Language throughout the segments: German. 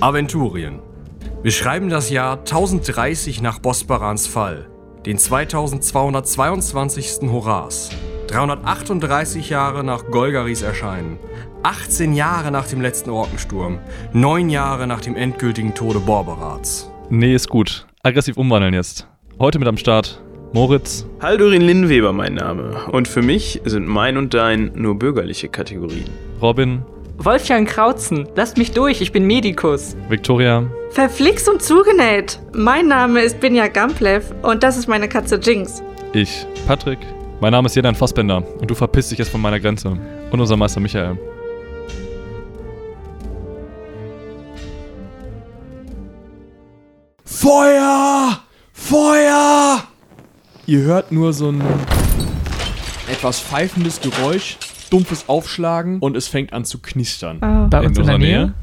Aventurien. Wir schreiben das Jahr 1030 nach Bosbarans Fall, den 2222. Horas, 338 Jahre nach Golgaris Erscheinen, 18 Jahre nach dem letzten Orkensturm, 9 Jahre nach dem endgültigen Tode Borberats. Nee, ist gut. Aggressiv umwandeln jetzt. Heute mit am Start Moritz. Haldurin Linnweber mein Name. Und für mich sind mein und dein nur bürgerliche Kategorien. Robin, Wolfgang Krautzen, lasst mich durch, ich bin Medikus. Victoria, Verflixt und zugenäht. Mein Name ist Binja Gamplev und das ist meine Katze Jinx. ich, Patrick. Mein Name ist Jedan Fassbender und du verpisst dich jetzt von meiner Grenze. Und unser Meister Michael. Feuer! Feuer! Ihr hört nur so ein etwas pfeifendes Geräusch, dumpfes Aufschlagen und es fängt an zu knistern. Oh, Bei uns in der Nähe?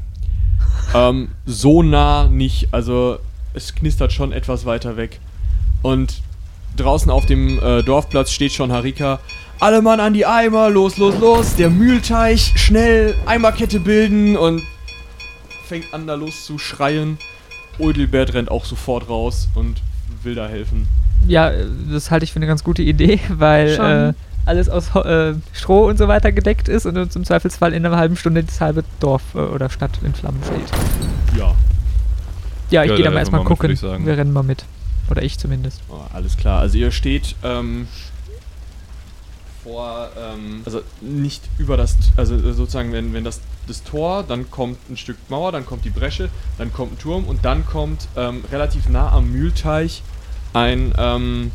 Ähm, so nah nicht, also es knistert schon etwas weiter weg. Und draußen auf dem äh, Dorfplatz steht schon Harika. Alle Mann an die Eimer, los, los, los, der Mühlteich, schnell, Eimerkette bilden und fängt an da los zu schreien. Odelbert rennt auch sofort raus und will da helfen. Ja, äh, das halte ich für eine ganz gute Idee, weil äh, Schon. alles aus Ho- äh, Stroh und so weiter gedeckt ist und uns im Zweifelsfall in einer halben Stunde das halbe Dorf äh, oder Stadt in Flammen steht. Ja, Ja, ich Ja, gehe da dann mal rennen wir mal erstmal mit, gucken. würde ich sagen. Wir rennen mal mit. Oder ich zumindest. oh, alles klar. Also ihr steht ähm, vor, ähm, also nicht über das, also äh, sozusagen, wenn, wenn das, das Tor, dann kommt ein Stück Mauer, dann kommt die Bresche, dann kommt ein Turm und dann kommt ähm, relativ nah am Mühlteich ein, ähm,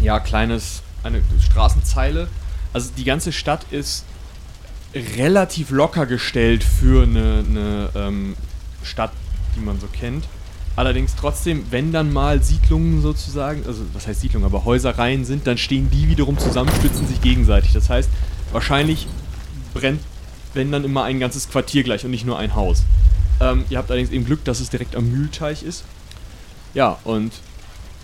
ja, kleines, eine Straßenzeile. Also die ganze Stadt ist relativ locker gestellt für eine, eine ähm, Stadt, die man so kennt. Allerdings trotzdem, wenn dann mal Siedlungen sozusagen, also was heißt Siedlungen, aber Häuserreihen sind, dann stehen die wiederum zusammen, stützen sich gegenseitig. Das heißt, wahrscheinlich brennt, wenn dann immer ein ganzes Quartier gleich und nicht nur ein Haus. Ähm, ihr habt allerdings eben Glück, dass es direkt am Mühlteich ist. Ja, und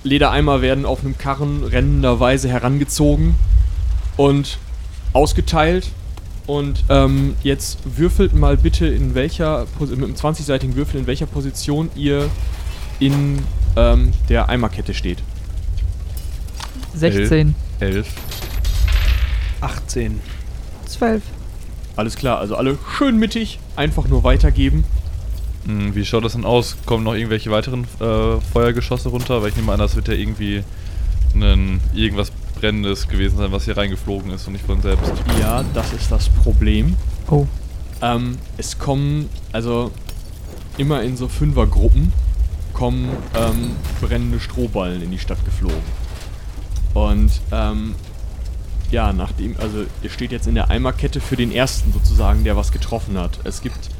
Ledereimer werden auf einem Karren rennenderweise herangezogen und ausgeteilt. Und ähm, jetzt würfelt mal bitte in welcher Pos- mit einem 20-seitigen Würfel in welcher Position ihr in ähm, der Eimerkette steht. 16. 11. 18. Zwölf. Alles klar, also alle schön mittig, einfach nur weitergeben. Hm, wie schaut das denn aus? Kommen noch irgendwelche weiteren äh, Feuergeschosse runter? Weil ich nehme an, das wird ja irgendwie ein, irgendwas Brennendes gewesen sein, was hier reingeflogen ist und nicht von selbst. Ja, das ist das Problem. Oh. Ähm, es kommen, also immer in so Fünfergruppen, kommen ähm, brennende Strohballen in die Stadt geflogen. Und ähm, ja, nachdem, also ihr steht jetzt in der Eimerkette für den ersten sozusagen, der was getroffen hat. Es gibt,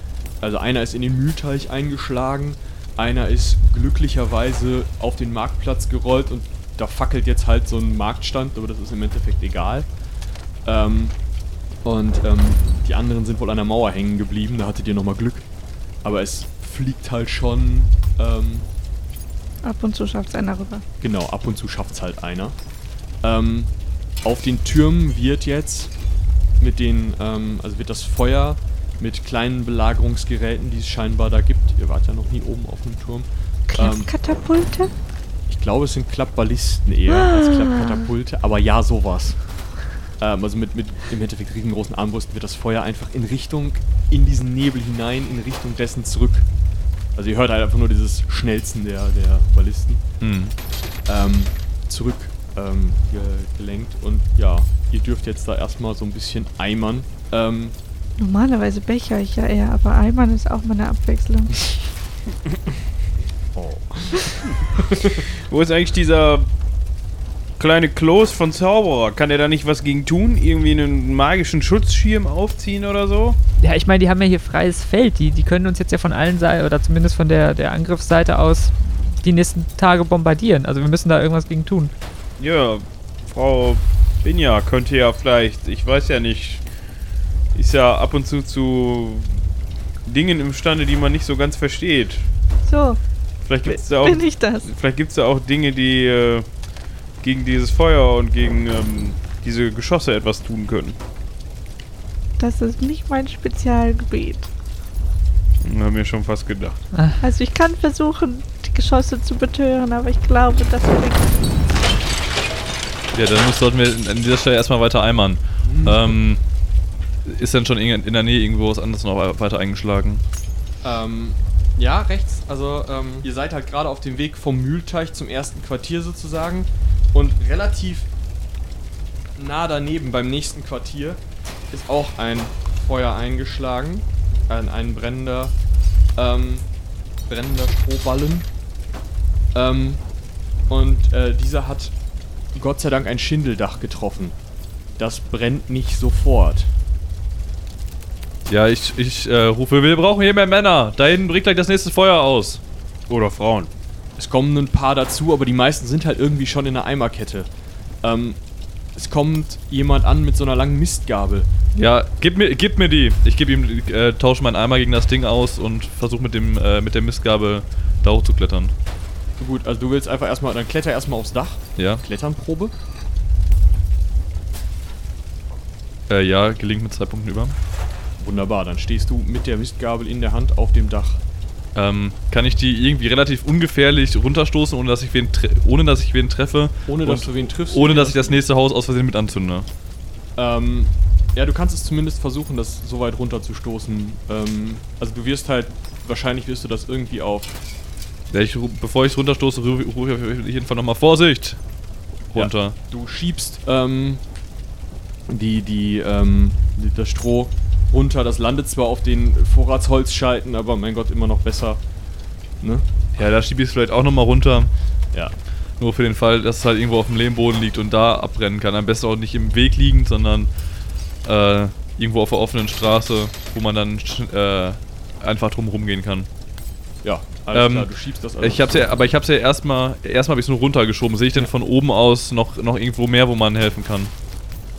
also einer ist in den Mühlteich eingeschlagen, einer ist glücklicherweise auf den Marktplatz gerollt und da fackelt jetzt halt so ein Marktstand, aber das ist im Endeffekt egal. Ähm, und ähm, die anderen sind wohl an der Mauer hängen geblieben, da hattet ihr nochmal Glück. Aber es fliegt halt schon, ähm, Ab und zu schafft es einer rüber. genau, ab und zu schafft's halt einer. Ähm, auf den Türmen wird jetzt mit den, ähm, also wird das Feuer mit kleinen Belagerungsgeräten, die es scheinbar da gibt, ihr wart ja noch nie oben auf dem Turm, ähm, Klappkatapulte? ich glaube, es sind Klappballisten eher als Klappkatapulte, aber ja, sowas. Ähm, also mit, mit im Endeffekt riesengroßen Armbrüsten wird das Feuer einfach in Richtung, in diesen Nebel hinein, in Richtung dessen zurück. Also ihr hört halt einfach nur dieses Schnelzen der, der Ballisten Hm. ähm, zurück ähm, ge gelenkt. Und ja, ihr dürft jetzt da erstmal so ein bisschen eimern. Ähm, Normalerweise becher ich ja eher, aber Eimern ist auch mal eine Abwechslung. Wo ist eigentlich dieser kleine Klos von Zauberer? Kann der da nicht was gegen tun? Irgendwie einen magischen Schutzschirm aufziehen oder so? Ja, ich meine, die haben ja hier freies Feld. Die, die können uns jetzt ja von allen Seiten, oder zumindest von der, der Angriffsseite aus, die nächsten Tage bombardieren. Also wir müssen da irgendwas gegen tun. Ja, Frau Binja könnte ja vielleicht, ich weiß ja nicht, ist ja ab und zu zu Dingen imstande, die man nicht so ganz versteht. So, Vielleicht gibt es da auch bin ich das. Vielleicht gibt es da auch Dinge, die äh, gegen dieses Feuer und gegen ähm, diese Geschosse etwas tun können. Das ist nicht mein Spezialgebiet. Haben wir mir schon fast gedacht. Also ich kann versuchen, die Geschosse zu betören, aber ich glaube, das bringt... Ja, dann muss, sollten wir an dieser Stelle erstmal weiter eimern. Ähm, ist denn schon irgend- in der Nähe irgendwo was anderes noch weiter eingeschlagen? Ähm, ja, rechts. Also ähm, ihr seid halt gerade auf dem Weg vom Mühlteich zum ersten Quartier sozusagen und relativ nah daneben beim nächsten Quartier ist auch ein Feuer eingeschlagen, ein, ein brennender, ähm, brennender Strohballen. Ähm, und äh, dieser hat Gott sei Dank ein Schindeldach getroffen. Das brennt nicht sofort. Ja, ich, ich äh, rufe, wir brauchen hier mehr Männer. Da hinten bringt gleich das nächste Feuer aus. Oder Frauen. Es kommen ein paar dazu, aber die meisten sind halt irgendwie schon in der Eimerkette. Ähm, es kommt jemand an mit so einer langen Mistgabel. Ja, gib mir, gib mir die. Ich gebe ihm, äh, tausche meinen Eimer gegen das Ding aus und versuche mit dem, äh, mit der Mistgabel da hochzuklettern. Gut, also du willst einfach erstmal, dann kletter erstmal aufs Dach. Ja, Kletternprobe. äh, ja, gelingt mit zwei Punkten über. Wunderbar, dann stehst du mit der Mistgabel in der Hand auf dem Dach. Ähm, kann ich die irgendwie relativ ungefährlich runterstoßen, ohne dass ich wen, tre ohne dass ich wen treffe? Ohne dass und du wen triffst. ohne dass ich das nächste Haus aus Versehen mit anzünde. Ähm, ja, du kannst es zumindest versuchen, das so weit runterzustoßen. Ähm, also du wirst halt, wahrscheinlich wirst du das irgendwie auf. Ja, ich, ru- bevor ich es runterstoße, rufe ruf ich auf jeden Fall nochmal Vorsicht! Runter. Du schiebst ähm, die, die, ähm, die, das Stroh runter. Das landet zwar auf den Vorratsholzschalten, aber mein Gott, immer noch besser. Ne? Ja, da schiebe ich es vielleicht auch nochmal runter. Ja. Nur für den Fall, dass es halt irgendwo auf dem Lehmboden liegt und da abbrennen kann. Am besten auch nicht im Weg liegend, sondern äh, irgendwo auf der offenen Straße, wo man dann sch- äh, einfach drum rumgehen kann. Ja, alles Ähm, klar, du schiebst das Ich hab's ja, aber ich hab's ja erstmal, erstmal habe ich es nur runtergeschoben. Sehe ich denn von oben aus noch, noch irgendwo mehr, wo man helfen kann?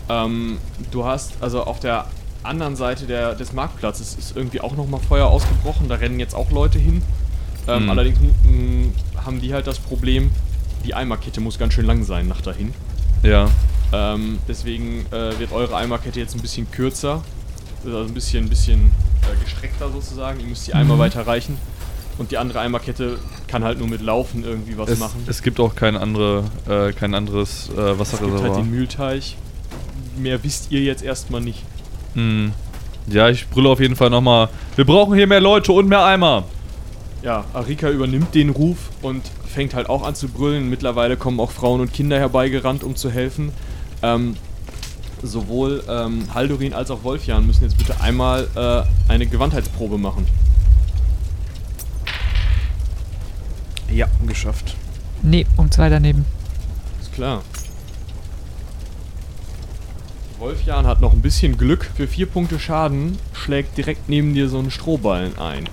Ähm, du hast, also auf der anderen Seite der, des Marktplatzes ist irgendwie auch nochmal Feuer ausgebrochen. Da rennen jetzt auch Leute hin. Ähm, Hm. Allerdings mh, haben die halt das Problem, die Eimerkette muss ganz schön lang sein nach dahin. Ja. Ähm, deswegen äh, wird eure Eimerkette jetzt ein bisschen kürzer, also ein bisschen, ein bisschen äh, gestreckter sozusagen. Ihr müsst die Eimer weiter reichen. Und die andere Eimerkette kann halt nur mit Laufen irgendwie was Es, machen. es gibt auch kein, andere, äh, kein anderes äh, Es gibt halt Wasserreservoir. den Mühlteich. Mehr wisst ihr jetzt erstmal nicht. Hm. Ja, ich brülle auf jeden Fall nochmal. Wir brauchen hier mehr Leute und mehr Eimer. Ja, Arika übernimmt den Ruf und fängt halt auch an zu brüllen. Mittlerweile kommen auch Frauen und Kinder herbeigerannt, um zu helfen. Ähm, sowohl ähm, Haldurin als auch Wolfjan müssen jetzt bitte einmal äh, eine Gewandheitsprobe machen. Ja, geschafft. Nee, um zwei daneben. Ist klar. Wolfjan hat noch ein bisschen Glück. Für vier Punkte Schaden schlägt direkt neben dir so ein Strohballen ein.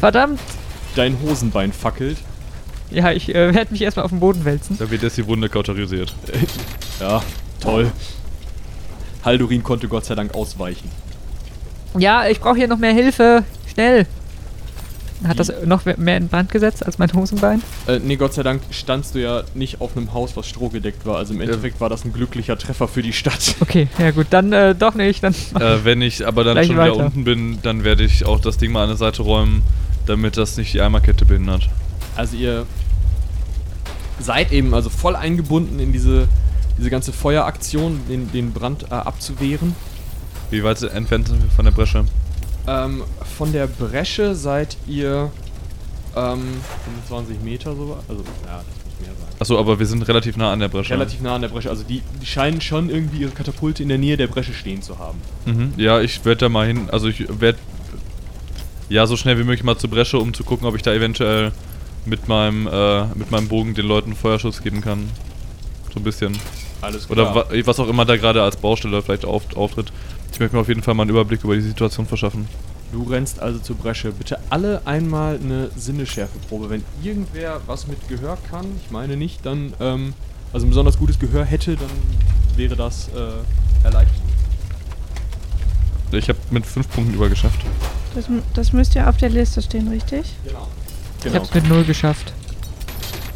Verdammt! Dein Hosenbein fackelt. Ja, ich äh, werde mich erstmal auf den Boden wälzen. Da wird jetzt die Wunde kauterisiert. Ja, toll. Haldurin konnte Gott sei Dank ausweichen. Ja, ich brauche hier noch mehr Hilfe. Schnell! Hat das noch mehr in Brand gesetzt als mein Hosenbein? Äh, nee, Gott sei Dank standst du ja nicht auf einem Haus, was strohgedeckt war. Also im Endeffekt war das ein glücklicher Treffer für die Stadt. Okay, ja gut, dann äh, doch nicht. Dann Äh, wenn ich aber dann Gleich schon wieder weiter. unten bin, dann werde ich auch das Ding mal an der Seite räumen, damit das nicht die Eimerkette behindert. Also ihr seid eben also voll eingebunden in diese, diese ganze Feueraktion, den, den Brand äh, abzuwehren. Wie weit entfernt sind wir von der Bresche? Ähm, von der Bresche seid ihr ähm, 25 Meter so, also ja, das muss mehr sein. Achso, aber wir sind relativ nah an der Bresche. Relativ nah an der Bresche, also die, die scheinen schon irgendwie ihre Katapulte in der Nähe der Bresche stehen zu haben. Mhm. Ja, ich werde da mal hin. Also ich werde ja so schnell wie möglich mal zur Bresche, um zu gucken, ob ich da eventuell mit meinem äh, mit meinem Bogen den Leuten Feuerschutz geben kann. So ein bisschen. Alles Oder wa was auch immer da gerade als Baustelle vielleicht auf auftritt. Ich möchte mir auf jeden Fall mal einen Überblick über die Situation verschaffen. Du rennst also zur Bresche. Bitte alle einmal eine Sinneschärfeprobe. Wenn irgendwer was mit Gehör kann, ich meine nicht, dann, ähm, also ein besonders gutes Gehör hätte, dann wäre das äh, erleichtert. Ich habe mit fünf Punkten übergeschafft. Das, m- das müsste ja auf der Liste stehen, richtig? Genau. ich genau. hab's mit null geschafft.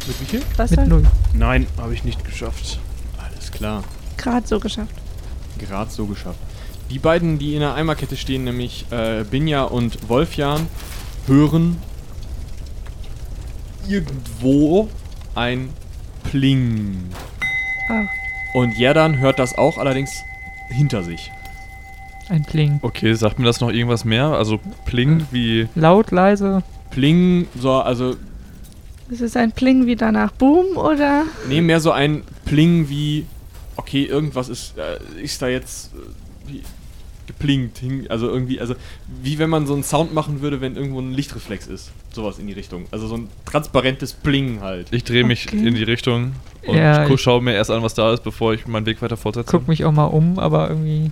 Mit wie viel? Was Mit soll? null. Nein, habe ich nicht geschafft. Alles klar. Gerade so geschafft. Gerade so geschafft. Die beiden, die in der Eimerkette stehen, nämlich äh, Binja und Wolfjan, hören irgendwo ein Pling. Und Jerdan hört das auch, allerdings hinter sich. Ein Pling. Okay, sagt mir das noch irgendwas mehr? Also Pling Äh, wie Laut, leise. Pling, so, also, Ist es ein Pling wie danach Boom oder? nee, mehr so ein Pling wie, okay, irgendwas ist, äh, ist da jetzt äh, wie geplinkt, hing, also irgendwie, also, wie wenn man so einen Sound machen würde, wenn irgendwo ein Lichtreflex ist. Sowas in die Richtung. Also so ein transparentes Pling halt. ich drehe mich Okay. in die Richtung und Ja, gu- ich- schaue mir erst an, was da ist, bevor ich meinen Weg weiter fortsetze. Guck mich auch mal um, aber irgendwie.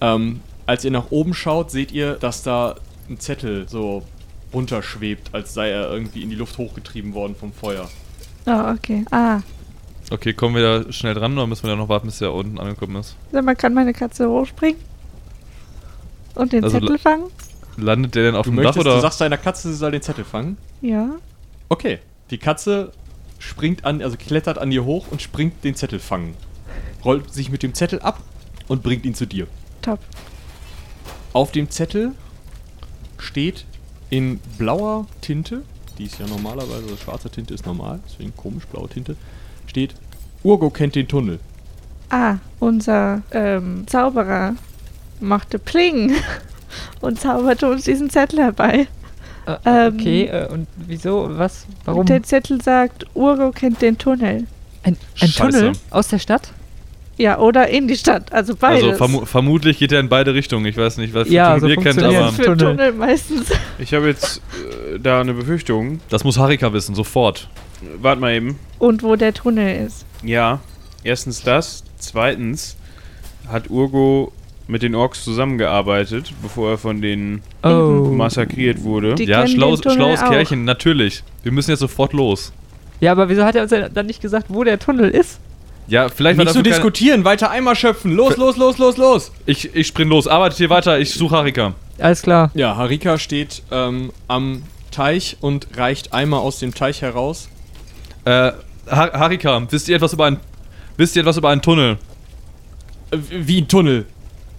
Ähm, als ihr nach oben schaut, seht ihr, dass da ein Zettel so runterschwebt, als sei er irgendwie in die Luft hochgetrieben worden vom Feuer. Ah, okay. Ah, Okay, kommen wir da schnell dran oder müssen wir da noch warten, bis der unten angekommen ist? sag mal, kann meine Katze hochspringen? Und den Also- Zettel fangen? Landet der denn auf Du, dem Dach möchtest, oder? du sagst deiner Katze, sie soll den Zettel fangen? Ja. Okay, die Katze springt an, also klettert an dir hoch und springt den Zettel fangen. Rollt sich mit dem Zettel ab und bringt ihn zu dir. Top. Auf dem Zettel steht in blauer Tinte, die ist ja normalerweise, also schwarze Tinte ist normal, deswegen komisch blaue Tinte, steht Urgo kennt den Tunnel. Ah, unser ähm, Zauberer machte Pling und zauberte uns diesen Zettel herbei. Äh, Ähm, okay, äh, und wieso? Was? Warum? Und der Zettel sagt, Urgo kennt den Tunnel. Ein, ein Scheiße. Tunnel aus der Stadt? Ja, oder in die Stadt, also also beides. also vermu vermutlich geht er in beide Richtungen. Ich weiß nicht, was Ja, Tunnel so ihr kennt, funktioniert aber Für Tunnel. Tunnel. meistens. Ich habe jetzt äh, da eine Befürchtung. das muss Harika wissen, sofort. Äh, Warte mal eben. Und wo der Tunnel ist. Ja, erstens das. Zweitens hat Urgo mit den Orks zusammengearbeitet, bevor er von denen Oh. massakriert wurde. Die ja, kennen schlaues, den Tunnel schlaues auch. Kerlchen, natürlich. Wir müssen jetzt sofort los. Ja, aber wieso hat er uns denn dann nicht gesagt, wo der Tunnel ist? Ja, vielleicht war Nicht zu dafür keine- diskutieren, weiter Eimer schöpfen. Los, los, los, los, los. Ich, ich sprint los, arbeitet hier weiter, ich suche Harika. Alles klar. Ja, Harika steht ähm, am Teich und reicht Eimer aus dem Teich heraus. Äh, Har Harika, wisst ihr etwas über einen, wisst ihr etwas über einen Tunnel? Äh, wie ein Tunnel.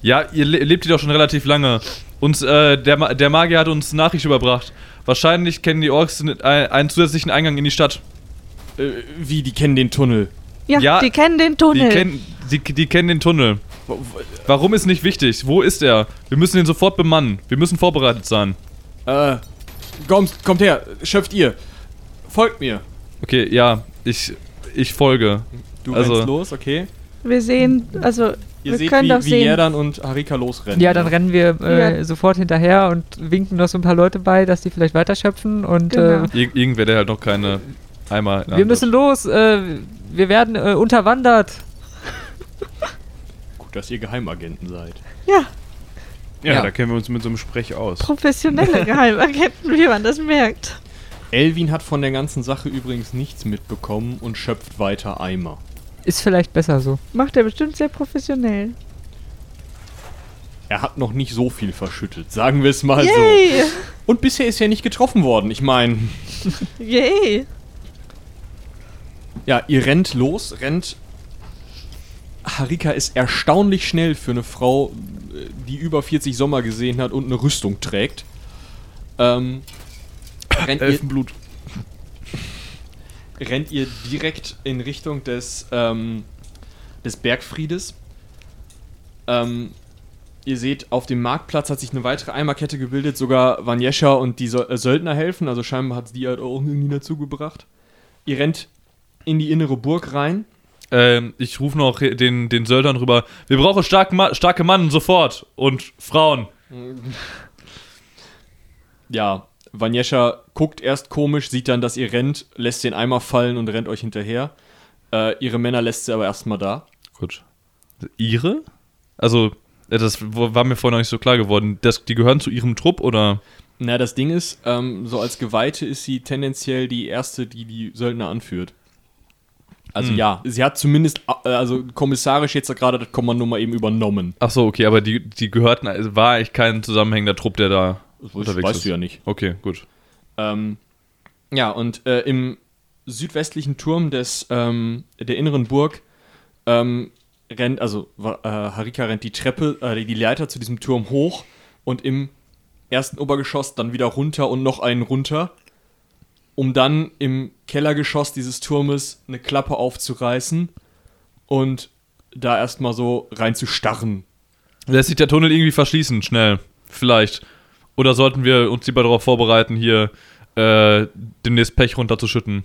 Ja, ihr le lebt hier doch schon relativ lange. Uns, äh, der, Ma der Magier hat uns Nachricht überbracht. Wahrscheinlich kennen die Orks n- ein- einen zusätzlichen Eingang in die Stadt. Äh, wie, die kennen den Tunnel. Ja, Ja, die kennen den Die, Tunnel. kennen, die, die kennen den Tunnel. Warum ist nicht wichtig? Wo ist er? Wir müssen ihn sofort bemannen. Wir müssen vorbereitet sein. Äh, kommt, kommt her, schöpft ihr. Folgt mir. Okay, ja, ich, ich folge. Du Also- rennst los, okay. wir sehen, also Ihr wir seht, können wie, doch wie sehen. Jerdan und Harika losrennen. Ja, dann rennen wir äh, Ja. sofort hinterher und winken noch so ein paar Leute bei, dass die vielleicht weiterschöpfen. Und Genau. äh, Ir irgendwer, der halt noch keine Eimer. in der wir Hand müssen los. Äh, wir werden äh, unterwandert. Gut, dass ihr Geheimagenten seid. ja, Ja, Ja. da kennen wir uns mit so einem Sprech aus. professionelle Geheimagenten, wie man das merkt. Elvin hat von der ganzen Sache übrigens nichts mitbekommen und schöpft weiter Eimer. Ist vielleicht besser so. Macht er bestimmt sehr professionell. Er hat noch nicht so viel verschüttet, sagen wir es mal so. Yay! Und bisher ist er nicht getroffen worden. Ich meine, Yay! Ja, ihr rennt los, rennt. Harika ist erstaunlich schnell für eine Frau, äh, die über 40 Sommer gesehen hat und eine Rüstung trägt. Ähm, rennt, ihr, Elfenblut. rennt ihr direkt in Richtung des, ähm, des Bergfriedes. Ähm, ihr seht, auf dem Marktplatz hat sich eine weitere Eimerkette gebildet. Sogar Vanjescha und die so äh, Söldner helfen. Also scheinbar hat es die halt auch irgendwie dazu gebracht. Ihr rennt in die innere Burg rein. Ähm, ich rufe noch den, den Söldern rüber. Wir brauchen starke, Ma starke Mann sofort und Frauen. Ja, Vanjescha guckt erst komisch, sieht dann, dass ihr rennt, lässt den Eimer fallen und rennt euch hinterher. Äh, ihre Männer lässt sie aber erstmal da. Gut. Ihre? Also, äh, das w- war mir vorhin noch nicht so klar geworden. Das, die gehören zu ihrem Trupp oder? Na, das Ding ist, ähm, so als Geweihte ist sie tendenziell die erste, die die Söldner anführt. Also Hm. ja, sie hat zumindest, äh, also kommissarisch jetzt gerade das Kommando mal eben übernommen. Ach so, okay, aber die, die gehörten, also war eigentlich kein zusammenhängender Trupp, der da unterwegs weißt ist. du ja nicht. Okay, gut. Ähm, ja, und äh, im südwestlichen Turm des, ähm, der inneren Burg ähm, rennt, also wa- äh, Harika rennt die Treppe, äh, die Leiter zu diesem Turm hoch und im ersten Obergeschoss dann wieder runter und noch einen runter, um dann im Kellergeschoss dieses Turmes eine Klappe aufzureißen und da erstmal so reinzustarren. Lässt sich der Tunnel irgendwie verschließen, schnell. Vielleicht. Oder sollten wir uns lieber darauf vorbereiten, hier äh, demnächst Pech runterzuschütten?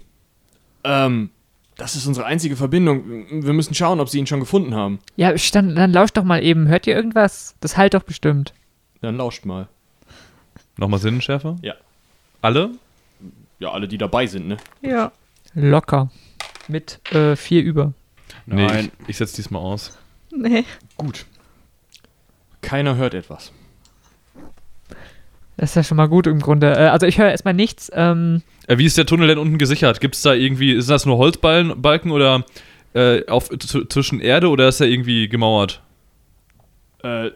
Ähm, das ist unsere einzige Verbindung. Wir müssen schauen, ob sie ihn schon gefunden haben. Ja, dann, dann lauscht doch mal eben. Hört ihr irgendwas? Das halt doch bestimmt. Dann lauscht mal. Nochmal Sinnenschärfe? Ja. Alle? Ja, alle, die dabei sind, ne? Ja. Locker. Mit äh, vier über. Nee, ich, ich setze diesmal aus. Nee. Gut. Keiner hört etwas. Das ist ja schon mal gut im Grunde. Äh, also ich höre erstmal nichts. Ähm, Äh, wie ist der Tunnel denn unten gesichert? Gibt es da irgendwie, ist das nur Holzbalken Balken oder äh, auf, zw- zwischen Erde oder ist er irgendwie gemauert? Äh,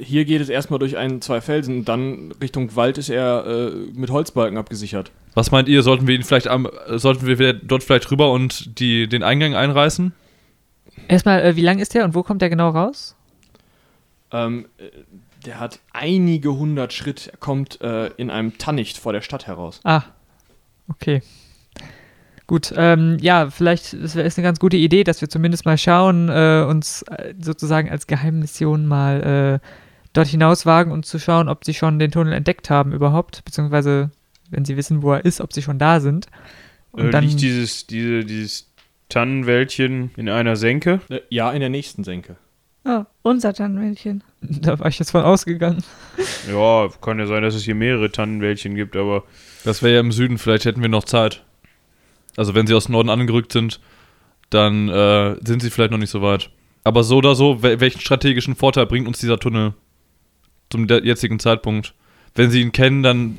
hier geht es erstmal durch ein, zwei Felsen und dann Richtung Wald ist er äh, mit Holzbalken abgesichert. Was meint ihr, sollten wir ihn vielleicht am, äh, sollten wir wieder dort vielleicht rüber und die, den Eingang einreißen? erstmal, äh, wie lang ist der und wo kommt der genau raus? Ähm, äh, der hat einige hundert Schritt, er kommt äh, in einem Tannicht vor der Stadt heraus. Ah, okay. Gut, ähm, ja, vielleicht ist ist eine ganz gute Idee, dass wir zumindest mal schauen, äh, uns äh, sozusagen als Geheimmission mal äh, dort hinauswagen und zu schauen, ob sie schon den Tunnel entdeckt haben überhaupt, beziehungsweise wenn sie wissen, wo er ist, ob sie schon da sind. Und Äh, dann- liegt dieses, diese, dieses Tannenwäldchen in einer Senke? Äh, ja, in der nächsten Senke. Oh, unser Tannenmännchen. Da war ich jetzt von ausgegangen. Ja, kann ja sein, dass es hier mehrere Tannenwäldchen gibt, aber Das wäre ja im Süden, vielleicht hätten wir noch Zeit. Also wenn sie aus dem Norden angerückt sind, dann äh, sind sie vielleicht noch nicht so weit. Aber so oder so, wel- welchen strategischen Vorteil bringt uns dieser Tunnel zum der- jetzigen Zeitpunkt? Wenn sie ihn kennen, dann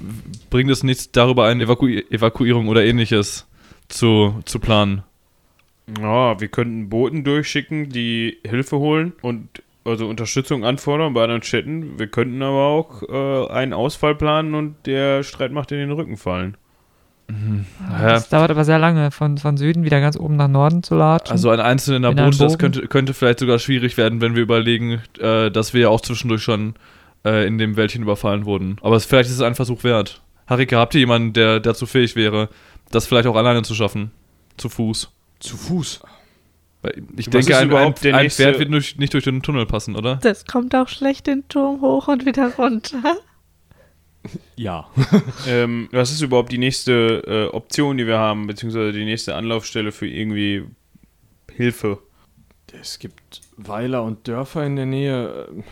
bringt es nichts darüber, eine Evaku Evakuierung oder ähnliches zu, zu planen. ja, wir könnten Boten durchschicken, die Hilfe holen und also Unterstützung anfordern bei anderen Städten. Wir könnten aber auch äh, einen Ausfall planen und der Streitmacht in den Rücken fallen. Ja, Das dauert aber sehr lange, von, von Süden wieder ganz oben nach Norden zu latschen. also ein einzelner In einem Boot, das Bogen. könnte, könnte vielleicht sogar schwierig werden, wenn wir überlegen, äh, dass wir ja auch zwischendurch schon äh, in dem Wäldchen überfallen wurden. Aber es, vielleicht ist es ein Versuch wert. Harika, habt ihr jemanden, der dazu fähig wäre, das vielleicht auch alleine zu schaffen? Zu Fuß. Zu Fuß. Weil Ich Was denke, ist ein, ein, überhaupt der ein nächste- Pferd wird durch, nicht durch den Tunnel passen, oder? Das kommt auch schlecht den Turm hoch und wieder runter. Ja. Ähm, was ist überhaupt die nächste äh, Option, die wir haben, beziehungsweise die nächste Anlaufstelle für irgendwie Hilfe? Es gibt Weiler und Dörfer in der Nähe. ähm,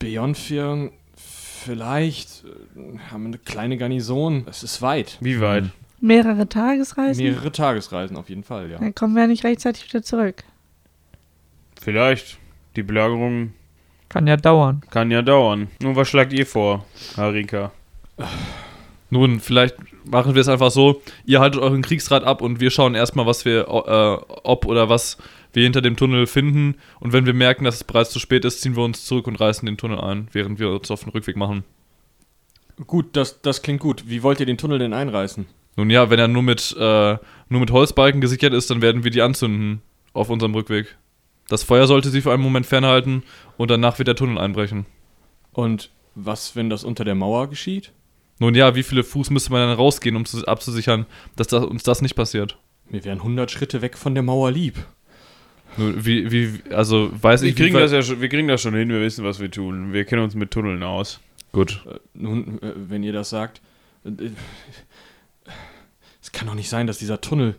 Beyondfirn, vielleicht äh, haben wir eine kleine Garnison. Es ist weit. Wie weit? Mehrere Tagesreisen. Mehrere Tagesreisen auf jeden Fall, ja. Dann kommen wir ja nicht rechtzeitig wieder zurück. Vielleicht. Die Belagerung Kann ja dauern. kann ja dauern. Nun, was schlagt ihr vor, Harika? Nun, vielleicht machen wir es einfach so, ihr haltet euren Kriegsrat ab und wir schauen erstmal, was wir, äh, ob oder was wir hinter dem Tunnel finden. Und wenn wir merken, dass es bereits zu spät ist, ziehen wir uns zurück und reißen den Tunnel ein, während wir uns auf den Rückweg machen. Gut, das, das klingt gut. Wie wollt ihr den Tunnel denn einreißen? Nun ja, wenn er nur mit, äh, nur mit Holzbalken gesichert ist, dann werden wir die anzünden auf unserem Rückweg. Das Feuer sollte sie für einen Moment fernhalten und danach wird der Tunnel einbrechen. Und was, wenn das unter der Mauer geschieht? Nun ja, wie viele Fuß müsste man dann rausgehen, um zu, abzusichern, dass das, uns das nicht passiert? Wir wären 100 Schritte weg von der Mauer lieb. Nun, wie, wie, also weiß Wir ich, wie kriegen, weit- das ja schon, wir kriegen das schon hin, wir wissen, was wir tun. Wir kennen uns mit Tunneln aus. Gut. Äh, nun, äh, wenn ihr das sagt. äh, äh, Es kann doch nicht sein, dass dieser Tunnel.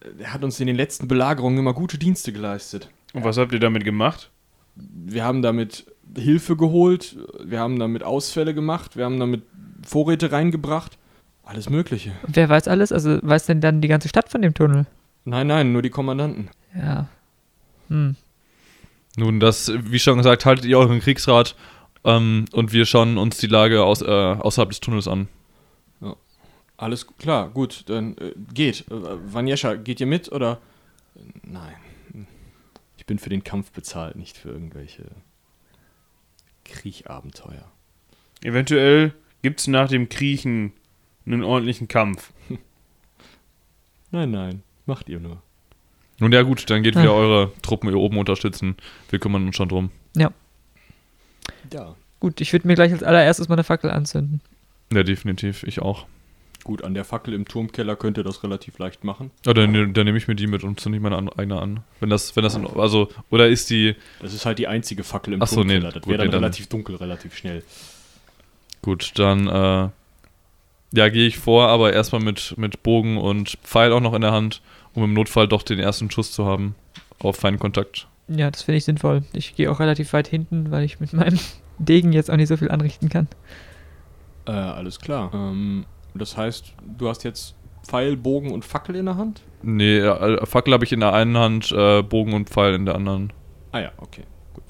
äh, Er hat uns in den letzten Belagerungen immer gute Dienste geleistet. Und was habt ihr damit gemacht? Wir haben damit Hilfe geholt, wir haben damit Ausfälle gemacht, wir haben damit Vorräte reingebracht. Alles Mögliche. Und wer weiß alles? Also weiß denn dann die ganze Stadt von dem Tunnel? Nein, nein, nur die Kommandanten. Ja. Hm. Nun, das, wie schon gesagt, haltet ihr euren Kriegsrat ähm, und wir schauen uns die Lage aus, äh, außerhalb des Tunnels an. Alles gu- klar, gut, dann äh, geht. Äh, Vanjescha, geht ihr mit oder? Nein. Ich bin für den Kampf bezahlt, nicht für irgendwelche Kriechabenteuer. Eventuell gibt es nach dem Kriechen einen ordentlichen Kampf. Nein, nein, macht ihr nur. Nun ja, gut, dann geht Ja. wieder eure Truppen hier oben unterstützen. Wir kümmern uns schon drum. Ja. Gut, ich würde mir gleich als allererstes meine Fackel anzünden. Ja, definitiv, ich auch. Gut, an der Fackel im Turmkeller könnt ihr das relativ leicht machen. Ja, dann, ne- dann nehme ich mir die mit und zünde ich meine an- eigene an. Wenn das, wenn das, in, also, oder ist die, Das ist halt die einzige Fackel im Ach so, Turmkeller. nee, das gut, wäre dann nee, dann- relativ dunkel, relativ schnell. gut, dann, äh, ja, gehe ich vor, aber erstmal mit, mit Bogen und Pfeil auch noch in der Hand, um im Notfall doch den ersten Schuss zu haben. Auf feinen Kontakt. Ja, das finde ich sinnvoll. Ich gehe auch relativ weit hinten, weil ich mit meinem Degen jetzt auch nicht so viel anrichten kann. Äh, alles klar. Ähm, das heißt, du hast jetzt Pfeil, Bogen und Fackel in der Hand? Nee, äh, Fackel habe ich in der einen Hand, äh, Bogen und Pfeil in der anderen. Ah ja, okay, gut.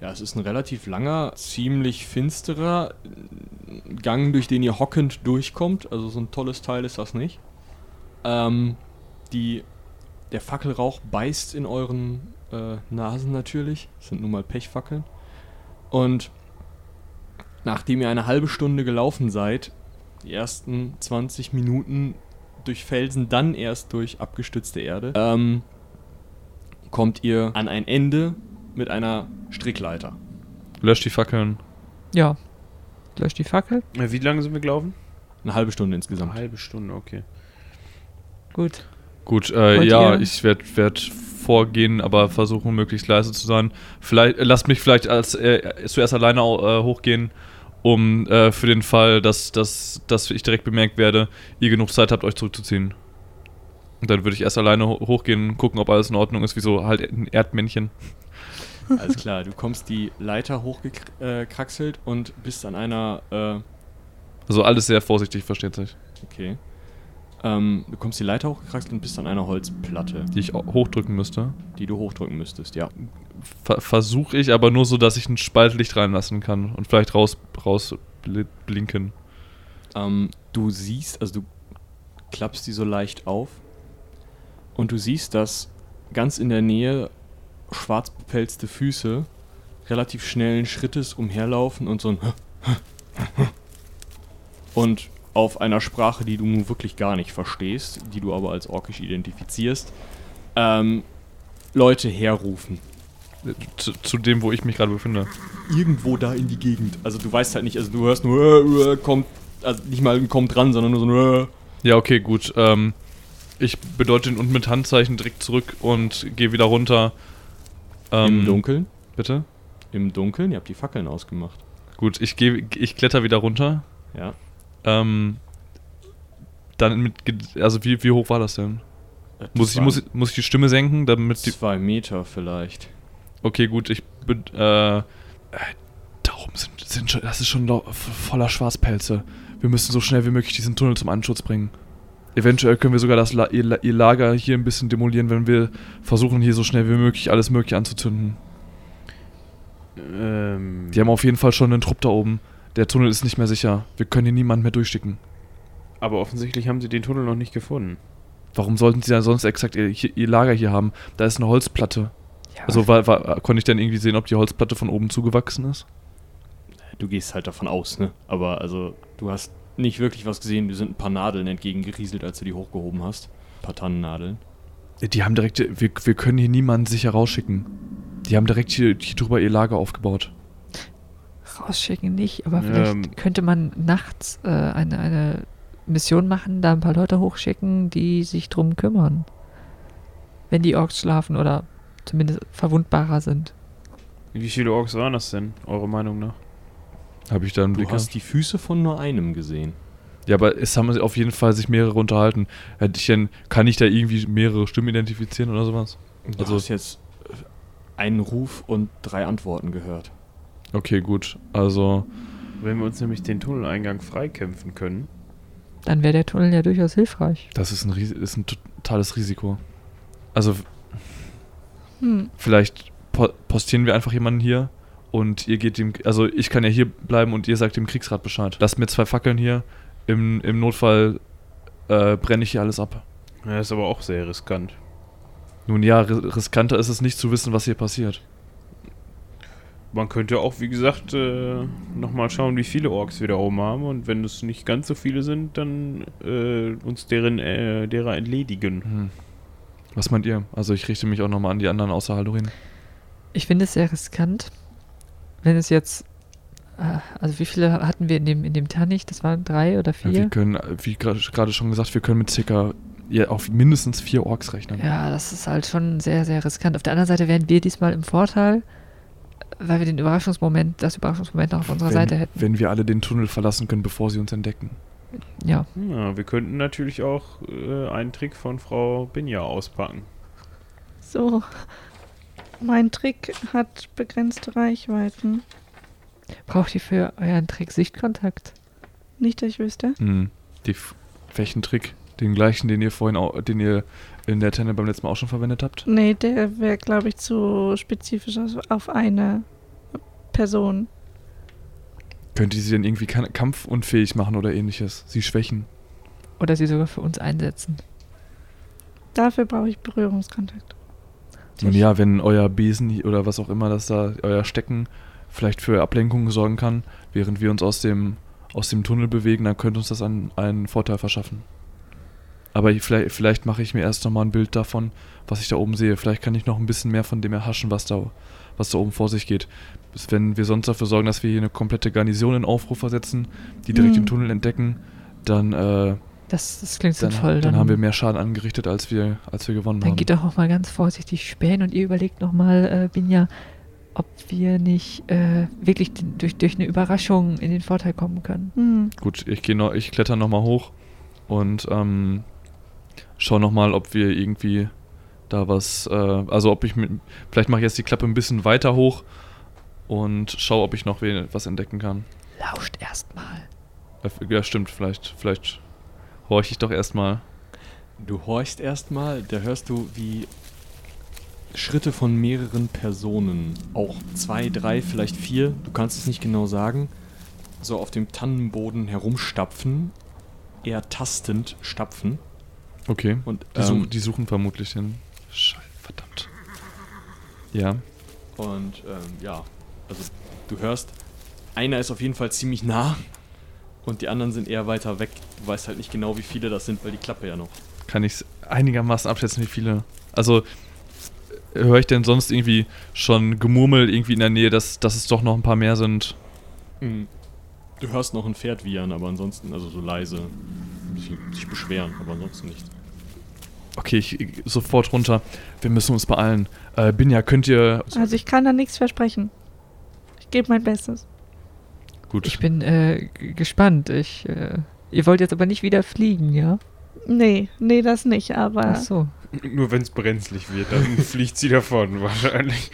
Ja, es ist ein relativ langer, ziemlich finsterer äh, Gang, durch den ihr hockend durchkommt. Also so ein tolles Teil ist das nicht. Ähm, die, der Fackelrauch beißt in euren äh, Nasen natürlich. Das sind nun mal Pechfackeln. Und nachdem ihr eine halbe Stunde gelaufen seid, die ersten 20 Minuten durch Felsen, dann erst durch abgestützte Erde, ähm, kommt ihr an ein Ende mit einer Strickleiter. Lösch die Fackeln. Ja, lösch die Fackel. Äh, Wie lange sind wir gelaufen? Eine halbe Stunde insgesamt. Eine halbe Stunde, okay. Gut. Gut, äh, Wollt ja, ihr- ich werde werd vorgehen, aber versuchen möglichst leise zu sein. Vielleicht äh, lasst mich vielleicht als äh, zuerst alleine au- äh, hochgehen, um äh, für den Fall, dass, dass, dass ich direkt bemerkt werde, ihr genug Zeit habt, euch zurückzuziehen. Und dann würde ich erst alleine ho hochgehen, gucken, ob alles in Ordnung ist, wie so halt ein Erdmännchen. Alles klar, du kommst die Leiter hochgekraxelt und bist an einer, äh, Also alles sehr vorsichtig, versteht sich. okay, ähm, du kommst die Leiter hochgekraxelt und bist an einer Holzplatte, Die ich au- hochdrücken müsste. die du hochdrücken müsstest, ja. Ver Versuche ich aber nur so, dass ich einen Spalt Licht reinlassen kann und vielleicht raus, raus bli- blinken. Ähm, du siehst, also du klappst die so leicht auf und du siehst, dass ganz in der Nähe schwarz bepelzte Füße relativ schnellen Schrittes umherlaufen und so ein und auf einer Sprache, die du nun wirklich gar nicht verstehst, die du aber als orkisch identifizierst, ähm, Leute herrufen. Zu, zu dem, wo ich mich gerade befinde. Irgendwo da in die Gegend. Also du weißt halt nicht, also du hörst nur, äh, äh, kommt, also nicht mal ein kommt dran, sondern nur so ein, äh, Ja, okay, gut. Ähm, ich bedeute ihn und mit Handzeichen direkt zurück und gehe wieder runter. Ähm, Im Dunkeln? Bitte? Im Dunkeln? Ihr habt die Fackeln ausgemacht. Gut, ich, geh, ich kletter wieder runter. Ja. Ähm, dann mit. ge- Also, wie, wie hoch war das denn? Äh, Muss ich, muss, ich- muss ich die Stimme senken, damit die. Zwei Meter vielleicht. Okay, gut, ich. Bin, äh, äh, da oben sind, sind schon. Das ist schon lau- voller Schwarzpelze. Wir müssen so schnell wie möglich diesen Tunnel zum Anschutz bringen. Eventuell können wir sogar das La ihr, La- ihr Lager hier ein bisschen demolieren, wenn wir versuchen, hier so schnell wie möglich alles Mögliche anzuzünden. Ähm, Die haben auf jeden Fall schon einen Trupp da oben. Der Tunnel ist nicht mehr sicher. Wir können hier niemanden mehr durchschicken. aber offensichtlich haben sie den Tunnel noch nicht gefunden. Warum sollten sie dann sonst exakt ihr, hier- ihr Lager hier haben? Da ist eine Holzplatte. Also war, war, konnte ich dann irgendwie sehen, ob die Holzplatte von oben zugewachsen ist? Du gehst halt davon aus, ne? Aber also, du hast nicht wirklich was gesehen. Dir sind ein paar Nadeln entgegengerieselt, als du die hochgehoben hast. Ein paar Tannennadeln. Die haben direkt. Wir, wir können hier niemanden sicher rausschicken. Die haben direkt hier, hier drüber ihr Lager aufgebaut. Rausschicken nicht, aber Ja, vielleicht ähm. könnte man nachts äh, eine, eine Mission machen, da ein paar Leute hochschicken, die sich drum kümmern. Wenn die Orks schlafen oder zumindest verwundbarer sind. Wie viele Orks waren das denn, eurer Meinung nach? Habe ich da einen Du Blick? hast die Füße von nur einem gesehen. Ja, aber es haben auf jeden Fall sich mehrere unterhalten. Hätte ich denn, kann ich da irgendwie mehrere Stimmen identifizieren oder sowas? Du Also- hast jetzt äh, einen Ruf und drei Antworten gehört. Okay, gut. Also. Wenn wir uns nämlich den Tunneleingang freikämpfen können. Dann wäre der Tunnel ja durchaus hilfreich. Das ist ein, Ries ist ein totales Risiko. Also f- Hm. vielleicht po postieren wir einfach jemanden hier und ihr geht dem, also ich kann ja hier bleiben und ihr sagt dem Kriegsrat Bescheid. Lasst mir zwei Fackeln hier, im, im Notfall äh, brenne ich hier alles ab. Ja, ist aber auch sehr riskant. Nun ja, ri- riskanter ist es nicht zu wissen, was hier passiert. Man könnte auch, wie gesagt, äh, nochmal schauen, wie viele Orks wir da oben haben. Und wenn es nicht ganz so viele sind, dann äh, uns deren, äh, derer entledigen. Hm. Was meint ihr? Also ich richte mich auch nochmal an die anderen außer Haldorin. Ich finde es sehr riskant, wenn es jetzt. ah, Also wie viele hatten wir in dem, in dem Tannig? Das waren drei oder Ja, wir vier? können, äh, wie gra- gerade schon gesagt, wir können mit circa ja, auf mindestens vier Orks rechnen. Ja, das ist halt schon sehr, sehr riskant. Auf der anderen Seite wären wir diesmal im Vorteil, weil wir den Überraschungsmoment, das Überraschungsmoment noch auf unserer wenn, Seite hätten. wenn wir alle den Tunnel verlassen können, bevor sie uns entdecken. Ja. Ja, wir könnten natürlich auch äh, einen Trick von Frau Binja auspacken. So. Mein Trick hat begrenzte Reichweiten. Braucht ihr für euren Trick Sichtkontakt? Nicht, dass ich wüsste. Mhm. Die F- welchen Trick? Den gleichen, den ihr vorhin auch, den ihr in der Tenne beim letzten Mal auch schon verwendet Hm. habt? Nee, der wäre, glaube ich, zu spezifisch also auf eine Person. Könnt ihr sie denn irgendwie kan- kampfunfähig machen oder ähnliches? Sie schwächen? Oder sie sogar für uns einsetzen? Dafür brauche ich Berührungskontakt. Nun ja, wenn euer Besen hi- oder was auch immer das da, euer Stecken vielleicht für Ablenkungen sorgen kann, während wir uns aus dem, aus dem Tunnel bewegen, dann könnte uns das einen, einen Vorteil verschaffen. Aber ich- vielleicht, vielleicht mache ich mir erst nochmal ein Bild davon, was ich da oben sehe. Vielleicht kann ich noch ein bisschen mehr von dem erhaschen, was da, was da oben vor sich geht. Bis wenn wir sonst dafür sorgen, dass wir hier eine komplette Garnison in Aufruf versetzen, die direkt Hm. den Tunnel entdecken, dann, äh, Das, das klingt dann, sinnvoll. dann, haben wir mehr Schaden angerichtet, als wir, als wir gewonnen Dann haben. geht doch auch mal ganz vorsichtig spähen und ihr überlegt nochmal, äh, Binja, ob wir nicht äh, wirklich den- durch, durch eine Überraschung in den Vorteil kommen können. Hm. Gut, ich gehe noch, ich kletter nochmal hoch und ähm, schau nochmal, ob wir irgendwie da was, äh, also ob ich mit, vielleicht mache ich jetzt die Klappe ein bisschen weiter hoch und schau, ob ich noch we- was entdecken kann. Lauscht erstmal. Äh, Ja, stimmt, vielleicht, vielleicht horche ich doch erstmal. Du horchst erstmal, da hörst du wie Schritte von mehreren Personen, auch zwei, drei, vielleicht vier, du kannst es nicht genau sagen, so auf dem Tannenboden herumstapfen, eher tastend stapfen. Okay. Und, Die, such, ähm, die suchen vermutlich den. Scheiße, verdammt. Ja. und ähm, ja, also du hörst, einer ist auf jeden Fall ziemlich nah und die anderen sind eher weiter weg. Du weißt halt nicht genau, wie viele das sind, weil die Klappe ja noch. kann ich einigermaßen abschätzen, wie viele. Also äh, höre ich denn sonst irgendwie schon Gemurmel irgendwie in der Nähe, dass, dass es doch noch ein paar mehr sind? Mhm. Du hörst noch ein Pferd wiehern, aber ansonsten, also so leise, ein bisschen sich beschweren, aber ansonsten nichts. Okay, ich, ich sofort runter. Wir müssen uns beeilen. Äh, Binja, könnt ihr. Ah, Also ich kann da nichts versprechen. Ich gebe mein Bestes. Gut. Ich bin äh, g- gespannt. Ich, äh, ihr wollt jetzt aber nicht wieder fliegen, ja? Nee, nee, das nicht, aber Ach so. Nur wenn es brenzlig wird, dann fliegt sie davon wahrscheinlich.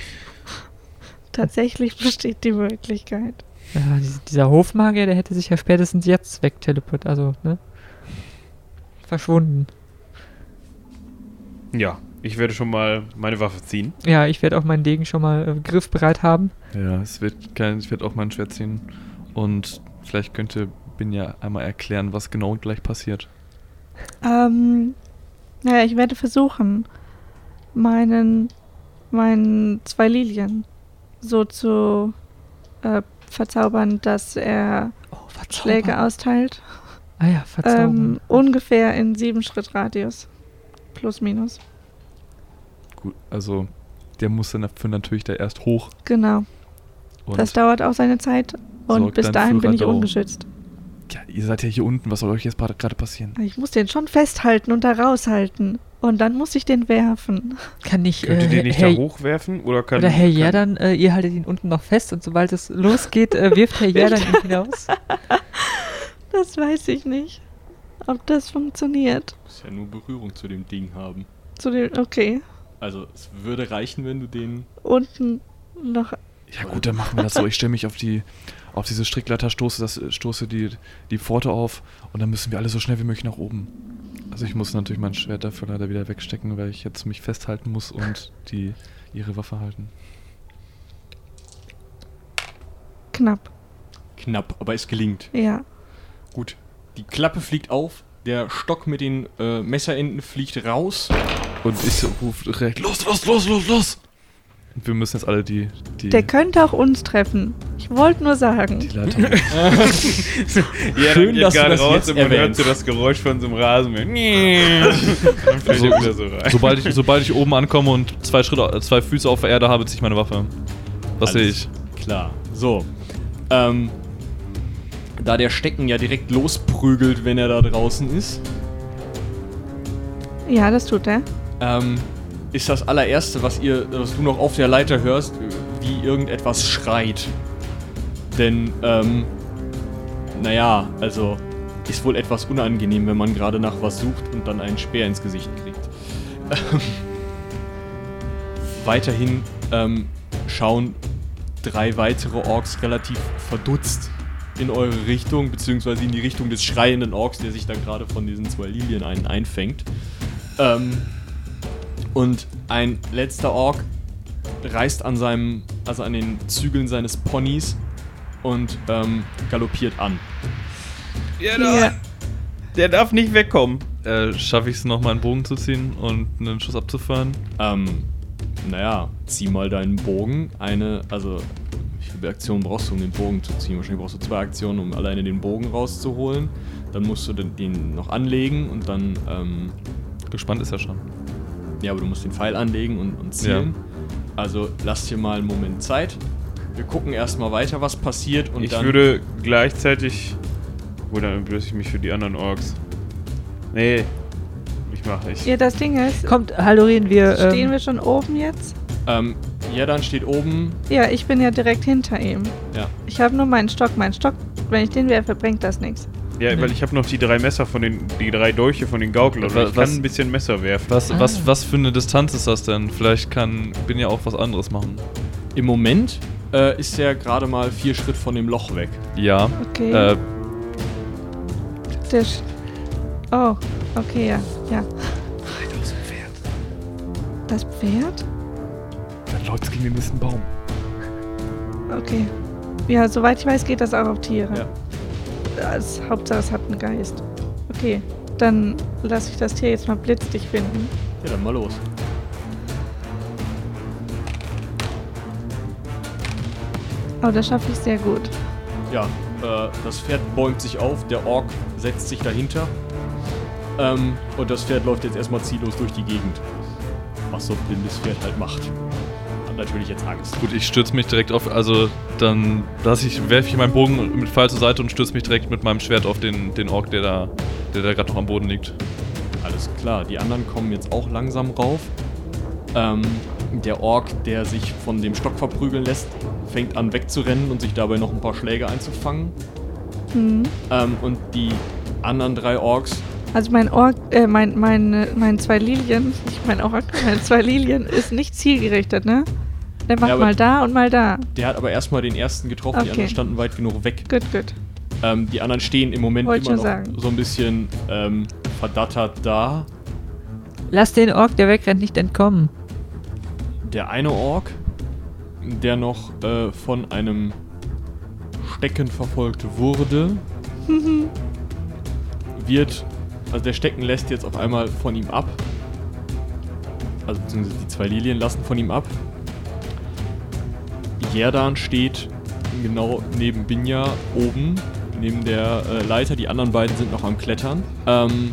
tatsächlich besteht die Möglichkeit. Ja, dies- dieser Hofmagier, der hätte sich ja spätestens jetzt wegteleport, also, ne? Verschwunden. Ja, ich werde schon mal meine Waffe ziehen. Ja, ich werde auch meinen Degen schon mal äh, griffbereit haben. Ja, es wird kein, ich werde auch mein Schwert ziehen. Und vielleicht könnt ihr Binja einmal erklären, was genau gleich passiert. Ähm, naja, ich werde versuchen, meinen, meinen zwei Lilien so zu äh, verzaubern, dass er Oh, verzaubern. Schläge austeilt. Ah ja, verzaubern. Ähm, ungefähr in sieben Schritt Radius. Plus, minus. Gut, also der muss dann dafür natürlich da erst hoch Genau. und Das dauert auch seine Zeit. Und Sorgt bis dann dahin für bin ich Radau. ungeschützt. ja, ihr seid ja hier unten, was soll euch jetzt gerade passieren? Ich muss den schon festhalten und da raushalten. Und dann muss ich den werfen. kann ich, Könnt äh, ihr den nicht Herr, da hochwerfen? Oder kann. Oder Herr kann- Jerdan, äh, ihr haltet ihn unten noch fest und sobald es losgeht, äh, wirft Herr Jerdan ihn hinaus. Das weiß ich nicht, ob das funktioniert. Muss ja nur Berührung zu dem Ding haben. Zu den, okay, Also es würde reichen, wenn du den. unten noch. Ja gut, dann machen wir das so. Ich stelle mich auf die auf diese Strickleiter, stoße, das, stoße die, die Pforte auf und dann müssen wir alle so schnell wie möglich nach oben. Also ich muss natürlich mein Schwert dafür leider wieder wegstecken, weil ich jetzt mich festhalten muss und die ihre Waffe halten. Knapp, Knapp, aber es gelingt. ja. Gut. Die Klappe fliegt auf, der Stock mit den äh, Messerenden fliegt raus. Und ich rufe direkt, los, los, los, los, los! Wir müssen jetzt alle die, die, Der könnte auch uns treffen. Ich wollte nur sagen. die Leitung. Ja, Schön, Schön, dass dass du gerade das raus jetzt und man hört erwähnst. so das Geräusch von so einem Rasenmäher. Dann fällt So- er wieder so rein. Also, sobald, ich, sobald ich oben ankomme und zwei, Schritte, zwei Füße auf der Erde habe, ziehe ich meine Waffe. Was sehe Alles ich? Klar. So. Ähm, da der Stecken ja direkt losprügelt, wenn er da draußen ist, Ja, das tut er. ähm, ist das allererste, was ihr, was du noch auf der Leiter hörst, wie irgendetwas schreit. Denn, ähm, naja, also ist wohl etwas unangenehm, wenn man gerade nach was sucht und dann einen Speer ins Gesicht kriegt. Ähm, Weiterhin ähm, schauen drei weitere Orks relativ verdutzt in eure Richtung, beziehungsweise in die Richtung des schreienden Orks, der sich da gerade von diesen zwei Lilien einen einfängt. Ähm, und ein letzter Ork reißt an seinem, also an den Zügeln seines Ponys und ähm, galoppiert an. Ja, Ja. Der darf nicht wegkommen. Äh, Schaffe ich es noch, meinen Bogen zu ziehen und einen Schuss abzufahren? Ähm, naja, zieh mal deinen Bogen. Eine, also, wie viele Aktionen brauchst du, um den Bogen zu ziehen? Wahrscheinlich brauchst du zwei Aktionen, um alleine den Bogen rauszuholen. Dann musst du den, den noch anlegen und dann, ähm, Gespannt ist er schon. ja, aber du musst den Pfeil anlegen und, und zielen. Also, lass dir mal einen Moment Zeit. Wir gucken erstmal weiter, was passiert und ich dann. würde gleichzeitig. Wo dann entblöße ich mich für die anderen Orks. Nee, ich mach nicht. ja, das Ding ist, Kommt, Hallorin, wir. stehen ähm, wir schon oben jetzt? Ähm, ja, dann steht oben. Ja, ich bin ja direkt hinter ihm. Ja. Ich habe nur meinen Stock. Mein Stock, wenn ich den werfe, bringt das nichts. Ja, weil ich habe noch die drei Messer von den, die drei Dolche von den Gauklern. Wa- Ich was- kann ein bisschen Messer werfen. Was, was, was für eine Distanz ist das denn? Vielleicht kann bin ja auch was anderes machen. Im Moment äh, ist er gerade mal vier Schritt von dem Loch weg. Ja. Okay. Äh, Der Sch- oh, okay, ja. ja. Das Pferd? dann läuft's gegen den nächsten Baum. Okay. Ja, soweit ich weiß, geht das auch auf Tiere. Ja. Das, Hauptsache, es hat einen Geist. Okay, dann lasse ich das Tier jetzt mal blitzdicht finden. Ja, dann mal los. Oh, das schaffe ich sehr gut. Ja, äh, das Pferd bäumt sich auf, der Ork setzt sich dahinter. Ähm, und das Pferd läuft jetzt erstmal ziellos durch die Gegend. Was so ein blindes Pferd halt macht. Hat natürlich jetzt Angst. Gut, ich stürze mich direkt auf, also dann lass ich, werfe ich meinen Bogen mit Pfeil zur Seite und stürze mich direkt mit meinem Schwert auf den, den Ork, der da, der da gerade noch am Boden liegt. Alles klar, die anderen kommen jetzt auch langsam rauf. Ähm, der Ork, der sich von dem Stock verprügeln lässt, fängt an wegzurennen und sich dabei noch ein paar Schläge einzufangen. Hm. Ähm, und die anderen drei Orks Also mein Ork, äh, mein, mein, äh, mein zwei Lilien, nicht mein Ork, mein zwei Lilien ist nicht zielgerichtet, ne? Der macht Ja, aber- mal da und mal da. Der hat aber erstmal den ersten getroffen, die Okay. anderen standen weit genug weg. Gut, gut. Ähm, die anderen stehen im Moment Wollt schon immer noch sagen. so ein bisschen ähm, verdattert da. lass den Ork, der wegrennt, nicht entkommen. Der eine Ork, der noch äh, von einem Stecken verfolgt wurde, wird, also der Stecken lässt jetzt auf einmal von ihm ab. Also beziehungsweise die zwei Lilien lassen von ihm ab. Jerdan steht genau neben Binja oben, neben der äh, Leiter. Die anderen beiden sind noch am Klettern. Ähm,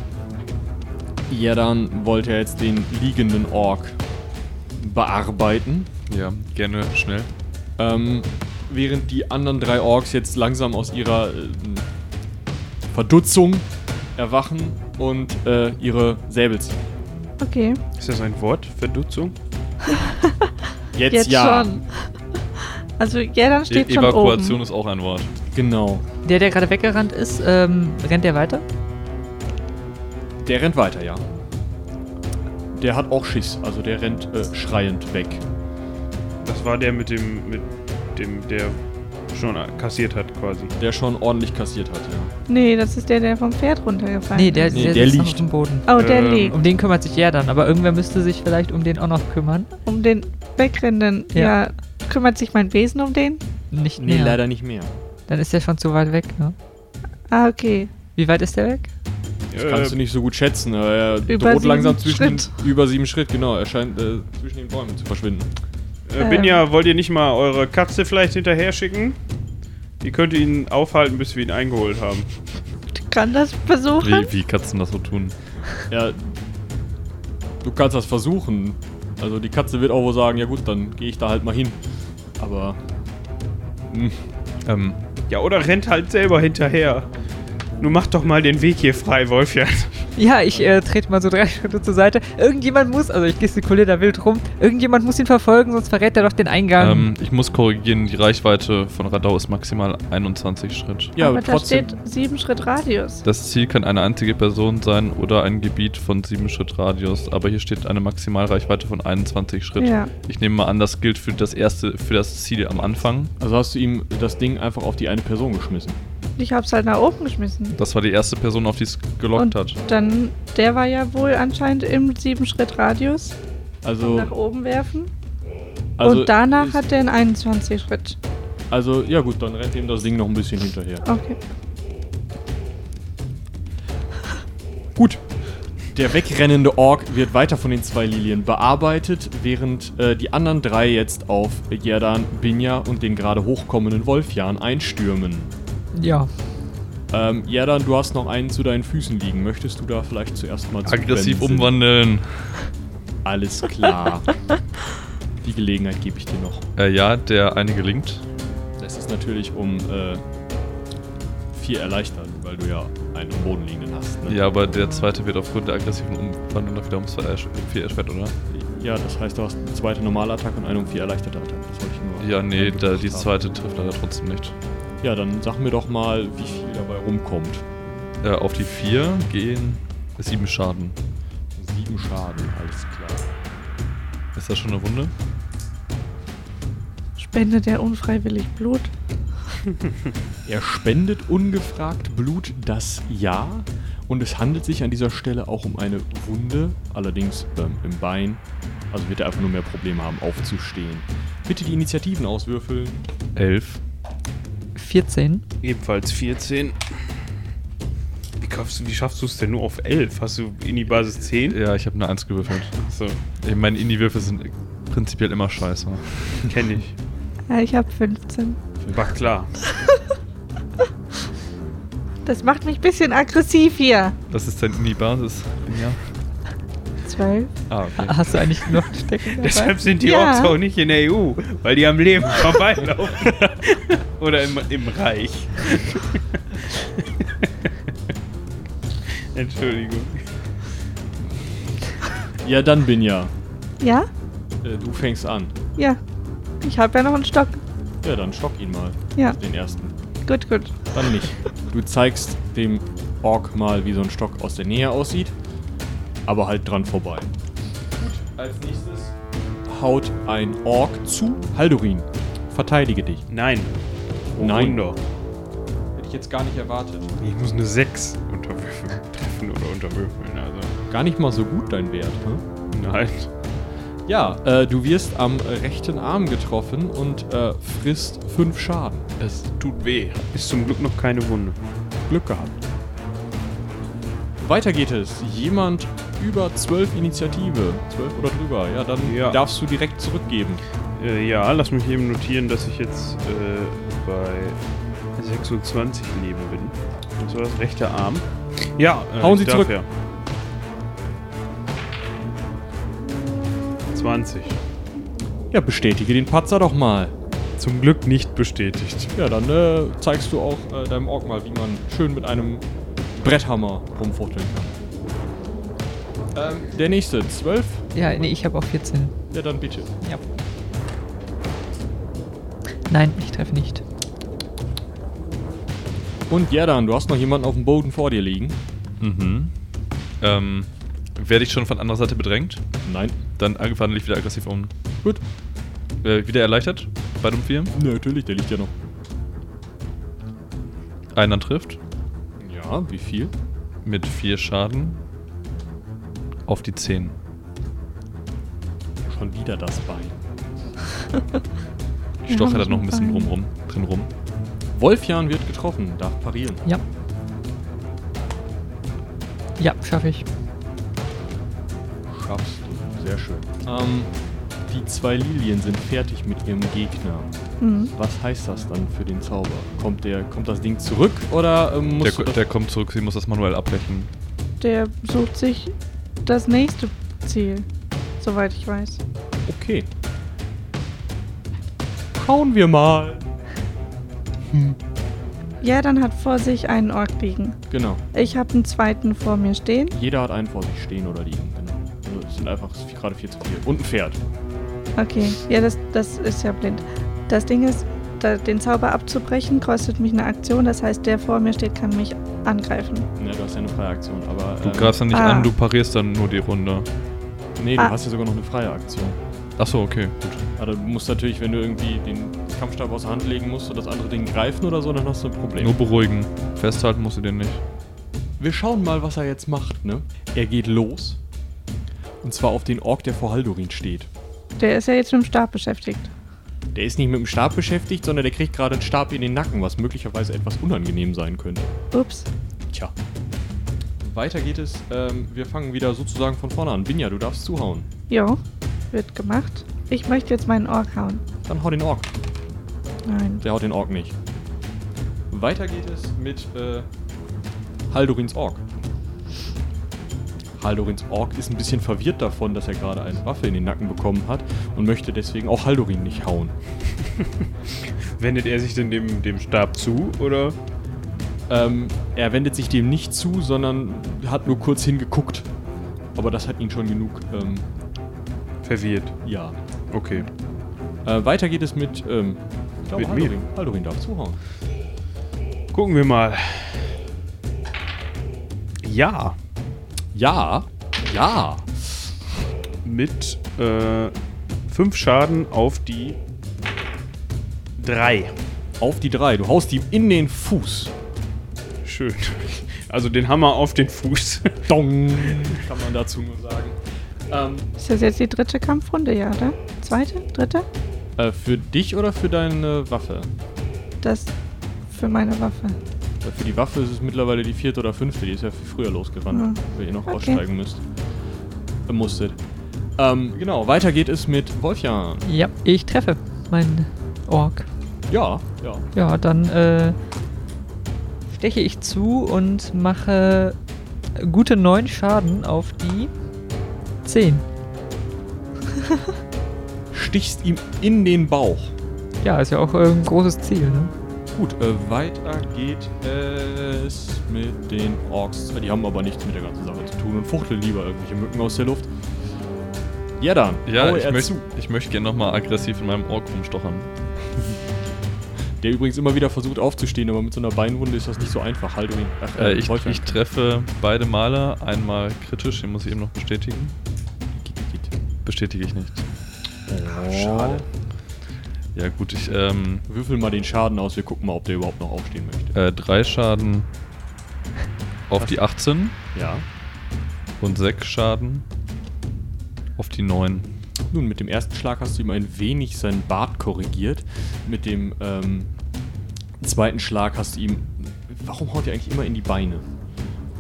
Jerdan wollte jetzt den liegenden Ork bearbeiten. Ja, gerne schnell. Ähm, während die anderen drei Orks jetzt langsam aus ihrer äh, Verdutzung erwachen und äh, ihre Säbel ziehen. Okay, Ist das ein Wort? Verdutzung? Jetzt, jetzt ja. schon. Also ja, dann steht E schon Evakuation oben. ist auch ein Wort. Genau. Der, der gerade weggerannt ist, ähm, rennt der weiter? Der rennt weiter, ja. Der hat auch Schiss, also der rennt äh, schreiend weg. Das war der mit dem, mit dem, der schon kassiert hat quasi. Der schon ordentlich kassiert hat, ja. Nee, das ist der, der vom Pferd runtergefallen Nee, der, Nee, der, der sitzt noch liegt. auf dem Boden. ist. Oh, der Ähm, liegt. Um den kümmert sich er dann, aber irgendwer müsste sich vielleicht um den auch noch kümmern. Um den Wegrennenden. Ja. Ja. Kümmert sich mein Wesen um den? Nicht Nee, mehr. leider nicht mehr. Dann ist der schon zu weit weg, ne? Ah, okay. Wie weit ist der weg? Das kannst du Äh, nicht so gut schätzen. aber Er Über droht langsam sieben zwischen den, Schritt. über sieben Schritt, genau. Er scheint äh, zwischen den Bäumen zu verschwinden. Äh, Binja, wollt ihr nicht mal eure Katze vielleicht hinterher schicken? Die könnte ihn aufhalten, bis wir ihn eingeholt haben. Kann das versuchen? Wie, wie Katzen das so tun. Ja. Du kannst das versuchen. Also die Katze wird auch wohl sagen, ja gut, dann gehe ich da halt mal hin. Aber Ähm, Ja, oder rennt halt selber hinterher. Nun mach doch mal den Weg hier frei, Wolfjan. Ja, ich äh, trete mal so drei Schritte zur Seite. Irgendjemand muss, also ich gestikuliere da wild rum, irgendjemand muss ihn verfolgen, sonst verrät er doch den Eingang. ähm, ich muss korrigieren, die Reichweite von Radau ist maximal 21 Schritt. ja, Aber da trotzdem. steht sieben Schritt Radius. Das Ziel kann eine einzige Person sein oder ein Gebiet von 7 Schritt Radius, aber hier steht eine Maximalreichweite von 21 Schritt. Ja. Ich nehme mal an, das gilt für das erste, für das Ziel am Anfang. Also hast du ihm das Ding einfach auf die eine Person geschmissen. Ich hab's halt nach oben geschmissen. Das war die erste Person, auf die es gelockt Und hat. dann, der war ja wohl anscheinend im sieben Schritt Radius. Nach Also, oben werfen. also und danach ist- hat er einen 21 Schritt. Also, ja gut, dann rennt ihm das Ding noch ein bisschen hinterher. Okay. Gut. Der wegrennende Ork wird weiter von den zwei Lilien bearbeitet, während äh, die anderen drei jetzt auf Jerdan, Binja und den gerade hochkommenden Wolfjan einstürmen. ja. Ähm, Jerdan, du hast noch einen zu deinen Füßen liegen. Möchtest du da vielleicht zuerst mal zu Aggressiv Brenn sind? umwandeln. Alles klar. die Gelegenheit gebe ich dir noch. Äh, ja, der eine gelingt. Das ist natürlich um äh, vier erleichtert, weil du ja einen am Boden liegenden hast. Ne? Ja, aber der zweite wird aufgrund der aggressiven Umwandlung noch wieder um zwei ersch- vier erschwert, oder? Ja, das heißt, du hast eine zweite normale Attacke und eine um vier erleichterte Attacke. Das wollte ich nur. Ja, nee, da, die haben. zweite trifft leider trotzdem nicht. Ja, dann sag mir doch mal, wie viel dabei rumkommt. Äh, auf die vier gehen sieben Schaden. Sieben Schaden, alles klar. Ist das schon eine Wunde? Spendet er unfreiwillig Blut? Er spendet ungefragt Blut das Jahr und es handelt sich an dieser Stelle auch um eine Wunde, allerdings ähm, im Bein. Also wird er einfach nur mehr Probleme haben, aufzustehen. Bitte die Initiativen auswürfeln. Elf. 14. Ebenfalls 14. Wie, kaufst du- wie schaffst du es denn nur auf 11? Hast du in die Basis 10? Ja, ich habe eine Eins gewürfelt. So, Ich meine, Indie-Würfe sind prinzipiell immer scheiße. kenne ich. Ja, ich hab 15. War klar. Das macht mich ein bisschen aggressiv hier. Das ist dein Indie-Basis. Ja. 12. Ah, okay. Hast du eigentlich noch einen Stecken dabei? Deshalb sind die Ja. Orks auch nicht in der EU, weil die am Leben vorbeilaufen. Oder im, im Reich. Entschuldigung. Ja, dann bin ja. Ja? Äh, du fängst an. Ja. Ich hab ja noch einen Stock. Ja, dann stock ihn mal. Also Ja. Den ersten. Gut, gut. Dann nicht. Du zeigst dem Ork mal, wie so ein Stock aus der Nähe aussieht. Aber halt dran vorbei. Gut, als nächstes haut ein Ork zu Haldurin. Verteidige dich. Nein. Oh, Nein. Wunder. Hätte ich jetzt gar nicht erwartet. Ich muss eine 6 unterwürfeln. Treffen oder unterwürfeln, also. Gar nicht mal so gut dein Wert. Hm? Nein. Ja, äh, du wirst am rechten Arm getroffen und äh, frisst fünf Schaden. Es tut weh. Ist zum Glück noch keine Wunde. Glück gehabt. Weiter geht es. Jemand über 12 Initiative. 12 oder drüber. Ja, dann Ja. darfst du direkt zurückgeben. Äh, ja, lass mich eben notieren, dass ich jetzt äh, bei 26 Leben bin. Das war das rechte Arm. Ja, äh, Hauen ich Sie darf zurück. Ja. 20. Ja, bestätige den Patzer doch mal. Zum Glück nicht bestätigt. Ja, dann äh, zeigst du auch äh, deinem Ork mal, wie man schön mit einem Bretthammer rumfuchteln kann. Ähm, der nächste, 12. Ja, nee, ich habe auch 14. Ja, dann bitte. Ja. Nein, ich treffe nicht. Und ja, dann, du hast noch jemanden auf dem Boden vor dir liegen. Mhm. Ähm, werde ich schon von anderer Seite bedrängt? Nein. Dann wandle ich wieder aggressiv um. Gut. Äh, wieder erleichtert? Bei dem vier. Nö, natürlich, der liegt ja noch. Einer trifft. Ja, wie viel? Mit vier Schaden. Auf die zehn. Schon wieder das Bein. Ich stoche hab da ich noch ein mit bisschen rein. rum, rum, drin rum. Wolfjan wird getroffen, darf parieren. Ja. Ja, schaffe ich. Schaffst du. Sehr schön. Ähm, Die zwei Lilien sind fertig mit ihrem Gegner. Mhm. Was heißt das dann für den Zauber? Kommt, der, kommt das Ding zurück oder ähm, Der, muss ko- das- der kommt zurück, sie muss das manuell abbrechen. Der sucht sich das nächste Ziel, soweit ich weiß. Okay. Schauen wir mal. Ja, dann hat vor sich einen Ork liegen. Genau. Ich habe einen zweiten vor mir stehen. Jeder hat einen vor sich stehen oder liegen. Genau. Also es sind einfach es ist gerade vier zu vier. Und ein Pferd. Okay, ja, das, das ist ja blind. Das Ding ist, da, den Zauber abzubrechen kostet mich eine Aktion. Das heißt, der vor mir steht, kann mich angreifen. Ne, du hast ja eine freie Aktion, aber. Du ähm, greifst dann nicht Ah. an, du parierst dann nur die Runde. Nee, du Ah. hast ja sogar noch eine freie Aktion. Achso, okay, gut. Aber du musst natürlich, wenn du irgendwie den Kampfstab aus der Hand legen musst und das andere Ding greifen oder so, dann hast du ein Problem. Nur beruhigen. Festhalten musst du den nicht. Wir schauen mal, was er jetzt macht, ne? Er geht los. Und zwar auf den Ork, der vor Haldurin steht. Der ist ja jetzt mit dem Stab beschäftigt. Der ist nicht mit dem Stab beschäftigt, sondern der kriegt gerade einen Stab in den Nacken, was möglicherweise etwas unangenehm sein könnte. Ups. Tja. Weiter geht es. Ähm, wir fangen wieder sozusagen von vorne an. Binja, du darfst zuhauen. Jo, wird gemacht. Ich möchte jetzt meinen Ork hauen. Dann hau den Ork. Nein. Der haut den Ork nicht. Weiter geht es mit äh, Haldorins Ork. Haldorins Ork ist ein bisschen verwirrt davon, dass er gerade eine Waffe in den Nacken bekommen hat und möchte deswegen auch Haldorin nicht hauen. Wendet er sich denn dem, dem Stab zu oder? Ähm, er wendet sich dem nicht zu, sondern hat nur kurz hingeguckt. Aber das hat ihn schon genug, ähm, Verwirrt. ja. Okay. Äh, weiter geht es mit, ähm, ich glaube, Mit mir. Haldorin. Haldorin darf zuhauen. Gucken wir mal. Ja. Ja, ja. Mit äh, fünf Schaden auf die drei. Auf die drei. Du haust ihm in den Fuß. Schön. Also den Hammer auf den Fuß. Dong, kann man dazu nur sagen. Ähm, Ist das jetzt die dritte Kampfrunde, ja, oder? Zweite? Dritte? äh, für dich oder für deine Waffe? Das für meine Waffe. Äh, Für die Waffe ist es mittlerweile die vierte oder fünfte, die ist ja viel früher losgerannt, Hm. weil ihr noch Okay. aussteigen müsst. Äh, musstet. Ähm, genau, weiter geht es mit Wolfjan. Ja, ich treffe meinen Ork. Ja, ja. Ja, dann äh, steche ich zu und mache gute 9 Schaden auf die 10. Stichst ihm in den Bauch. Ja, ist ja auch äh, ein großes Ziel, ne? Gut, äh, weiter geht es mit den Orks. Äh, Die haben aber nichts mit der ganzen Sache zu tun und fuchteln lieber irgendwelche Mücken aus der Luft. Ja dann, Ja, hau ich er möchte zu. ich möcht gerne nochmal aggressiv in meinem Ork rumstochern. Der übrigens immer wieder versucht aufzustehen, aber mit so einer Beinwunde ist das nicht so einfach. Halt um ihn. Ach, Äh, ich, Wolfgang. ich treffe beide Male. Einmal kritisch, den muss ich eben noch bestätigen. Bestätige ich nicht. Oh. Schade. Ja gut, ich ähm, Würfel mal den Schaden aus, wir gucken mal, ob der überhaupt noch aufstehen möchte. äh, drei Schaden auf die 18 Ja. und sechs Schaden auf die 9. Nun, mit dem ersten Schlag hast du ihm ein wenig seinen Bart korrigiert. Mit dem ähm, zweiten Schlag hast du ihm. Warum haut er eigentlich immer in die Beine?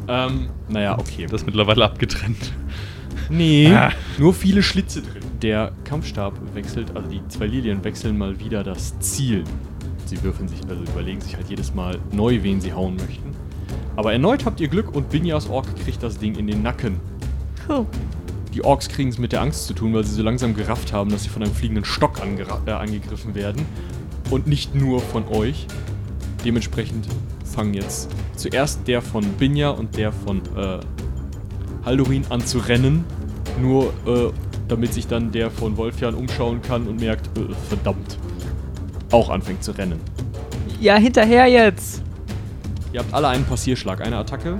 Ähm, naja, okay. Das ist mittlerweile abgetrennt. nee, nur viele Schlitze drin. Der Kampfstab wechselt, also die zwei Lilien wechseln mal wieder das Ziel. Sie würfeln sich, also überlegen sich halt jedes Mal neu, wen sie hauen möchten. Aber erneut habt ihr Glück und Binjas Ork kriegt das Ding in den Nacken. Huh. Die Orks kriegen es mit der Angst zu tun, weil sie so langsam gerafft haben, dass sie von einem fliegenden Stock angera- äh, angegriffen werden. Und nicht nur von euch. Dementsprechend fangen jetzt zuerst der von Binja und der von äh, Haldorin an zu rennen. Nur äh, damit sich dann der von Wolfjan umschauen kann und merkt, äh, verdammt, auch anfängt zu rennen. Ja, hinterher jetzt! Ihr habt alle einen Passierschlag, eine Attacke,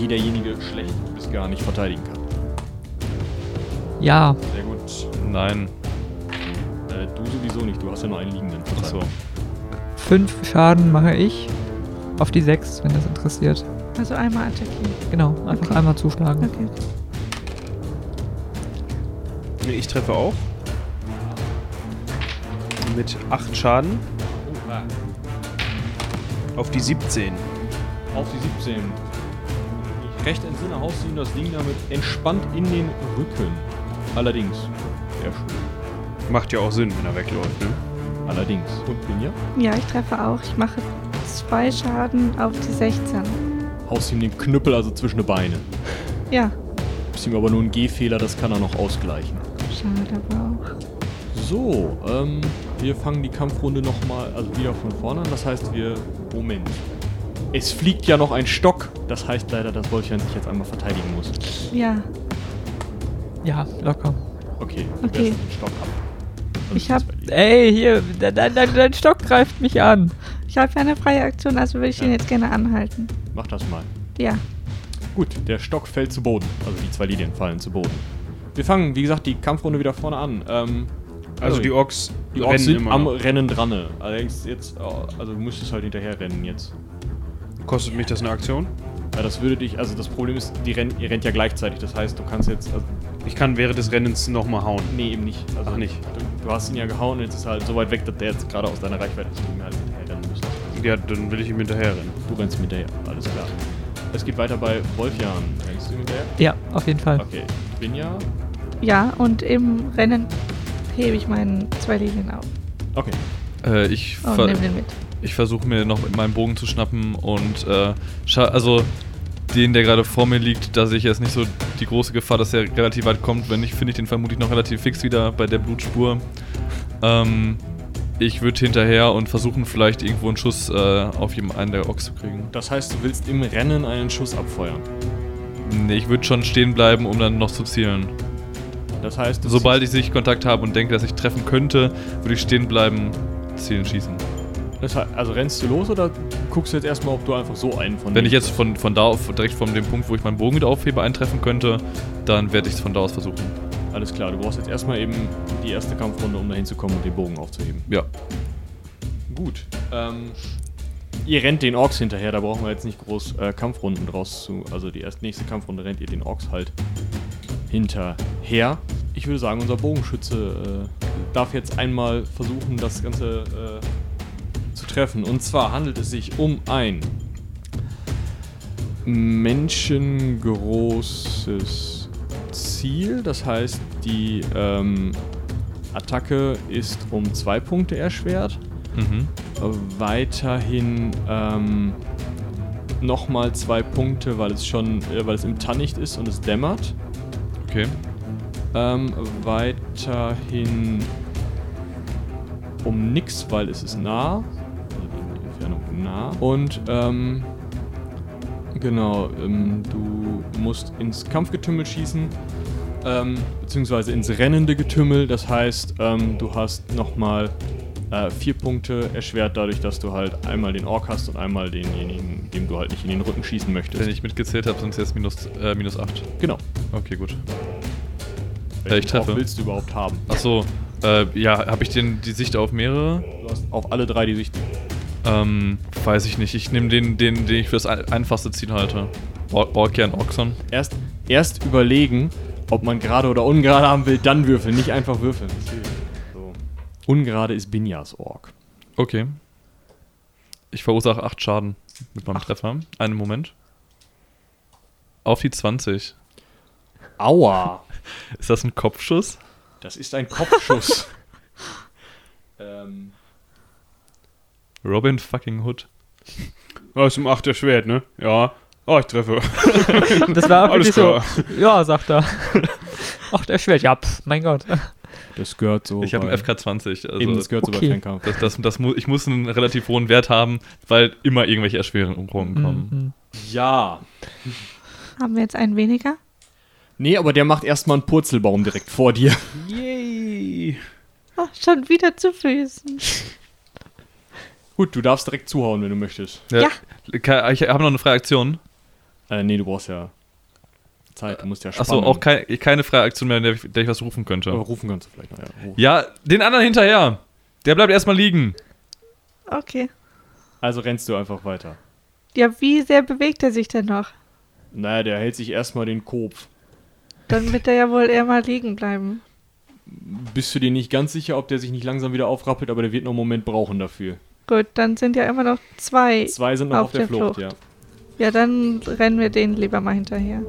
die derjenige schlecht bis gar nicht verteidigen kann. Ja, Sehr gut. Nein. Äh, du sowieso nicht, du hast ja nur einen liegenden. Achso. 5 Schaden mache ich auf die 6, wenn das interessiert. Also einmal attackieren. Genau, einfach einmal zuschlagen. Okay. Nee, ich treffe auch. Mit 8 Schaden auf die 17. Auf die 17. Recht entsinne haust du ihm das Ding damit entspannt in den Rücken. Allerdings sehr schön. Macht ja auch Sinn, wenn er wegläuft, ne? Allerdings. Und Binja? Ja, ich treffe auch. Ich mache zwei Schaden auf die 16. Haust ihm den Knüppel also zwischen die Beine. Ja, Ist ihm aber nur ein Gehfehler, das kann er noch ausgleichen. schade aber auch. So, ähm, wir fangen die Kampfrunde nochmal, also wieder von vorne an. Das heißt, wir. Moment. Es fliegt ja noch ein Stock. Das heißt leider, dass Wolfgang sich jetzt einmal verteidigen muss. Ja, Ja, locker. Okay, du Okay. werfst den Stock ab. Also Ich hab- das bei dir. Ey, hier, dein, dein, dein, dein Stock greift mich an. ich habe ja eine freie Aktion, also würde ich ihn jetzt gerne anhalten. Mach das mal. Ja, Gut, der Stock fällt zu Boden. Also die zwei Lilien fallen zu Boden. Wir fangen, wie gesagt, die Kampfrunde wieder vorne an. Ähm, Also Harry, die Orks, die Orks sind am noch. Rennen dran. ne? Allerdings jetzt, äh, also du müsstest halt hinterher rennen jetzt. Kostet mich das eine Aktion? Ja, das würde dich, also das Problem ist, die rennt, ihr rennt ja gleichzeitig. Das heißt, du kannst jetzt, also, Ich kann während des Rennens nochmal hauen. nee, eben nicht. Also, Ach, nicht. Du, du hast ihn ja gehauen und jetzt ist er halt so weit weg, dass der jetzt gerade aus deiner Reichweite ist, dass du ihm halt hinterher rennen müsstest. Ja, dann will ich ihm hinterher rennen. Du rennst ihm hinterher, alles klar. Es geht weiter bei Wolfjan. Rennst du ihm hinterher? Ja, auf jeden Fall. Okay, Binja. ja, und im Rennen hebe ich meinen zwei Linien auf Okay, Äh, ich und ver- nehme den mit. Ich versuche mir noch mit meinem Bogen zu schnappen und äh, scha- also den, der gerade vor mir liegt, da sehe ich jetzt nicht so die große Gefahr, dass er relativ weit kommt. Wenn nicht, finde ich den vermutlich noch relativ fix wieder bei der Blutspur. Ähm, ich würde hinterher und versuchen vielleicht irgendwo einen Schuss äh, auf jemanden einen der Ochs zu kriegen. das heißt, du willst im Rennen einen Schuss abfeuern. Nee, ich würde schon stehen bleiben, um dann noch zu zielen. Das heißt, du Sobald ich Sichtkontakt habe und denke, dass ich treffen könnte, würde ich stehen bleiben, zielen, schießen. Das heißt, also rennst du los oder guckst du jetzt erstmal, ob du einfach so einen von Wenn denen ich jetzt von, von da auf, direkt von dem Punkt, wo ich meinen Bogen wieder aufhebe, eintreffen könnte, dann werde ich es von da aus versuchen. Alles klar, du brauchst jetzt erstmal eben die erste Kampfrunde, um da hinzukommen und den Bogen aufzuheben. Ja. Gut. Ähm, ihr rennt den Orks hinterher, da brauchen wir jetzt nicht groß äh, Kampfrunden draus zu. Also die erst nächste Kampfrunde rennt ihr den Orks halt hinterher. Ich würde sagen, unser Bogenschütze äh, darf jetzt einmal versuchen, das Ganze äh, zu treffen. Und zwar handelt es sich um ein menschengroßes Ziel. Das heißt, die ähm, Attacke ist um zwei Punkte erschwert. Mhm. Weiterhin ähm, nochmal zwei Punkte, weil es schon, äh, weil es im Tannicht ist und es dämmert. Okay. Ähm, weiterhin um nix, weil es ist nah. Also die Entfernung nah. Und ähm, genau, ähm, du musst ins Kampfgetümmel schießen. Ähm, beziehungsweise ins rennende Getümmel. Das heißt, ähm, du hast nochmal äh, vier Punkte erschwert, dadurch, dass du halt einmal den Ork hast und einmal denjenigen, dem du halt nicht in den Rücken schießen möchtest. Wenn ich mitgezählt habe, sind es jetzt minus, äh, minus 8. genau. Okay, gut. Welchen ich treffe. Ork willst du überhaupt haben? Achso, äh, ja, habe ich den, die Sicht auf mehrere? Du hast auf alle drei die Sicht Ähm, weiß ich nicht. Ich nehme den, den, den ich für das ein- einfachste Ziel halte. Or Orkian Orkson. Erst, erst überlegen, ob man gerade oder ungerade haben will, dann würfeln, nicht einfach würfeln. So. Ungerade ist Binjas Ork. Okay. Ich verursache 8 Schaden mit meinem Treffer. Einen Moment. Auf die 20. Aua! Ist das ein Kopfschuss? Das ist ein Kopfschuss. ähm, Robin fucking Hood. Ah, ist im Achter Schwert, ne? Ja. Ah, ich treffe. Das war auch Alles wirklich so. Ja, sagt er. Ach, der Schwert. Ja, pf, mein Gott. das gehört so. Ich habe bei- einen FK20. Also Eben, das gehört so Okay. bei Fernkampf. Das, das, das mu ich muss einen relativ hohen Wert haben, weil immer irgendwelche Erschwerungen kommen. Mhm. Ja. Haben wir jetzt einen weniger? Nee, aber der macht erstmal einen Purzelbaum direkt vor dir. Yay. Oh, schon wieder zu Füßen. Gut, du darfst direkt zuhauen, wenn du möchtest. Ja. Kann- Ich habe noch eine freie Aktion. Äh, nee, du brauchst ja Zeit, du musst ja Achso, spannen. auch kei keine freie Aktion mehr, in der ich, der ich was rufen Aber könnte. rufen kannst du vielleicht noch. Ja, rufen. Ja, den anderen hinterher. Der bleibt erstmal liegen. Okay. Also rennst du einfach weiter. Ja, wie sehr bewegt er sich denn noch? Naja, der hält sich erstmal den Kopf. Dann wird er ja wohl eher mal liegen bleiben. bist du dir nicht ganz sicher, ob der sich nicht langsam wieder aufrappelt, aber der wird noch einen Moment brauchen dafür. Gut, dann sind ja immer noch zwei. Zwei sind noch auf, der, Flucht, ja. Ja, dann rennen wir denen lieber mal hinterher.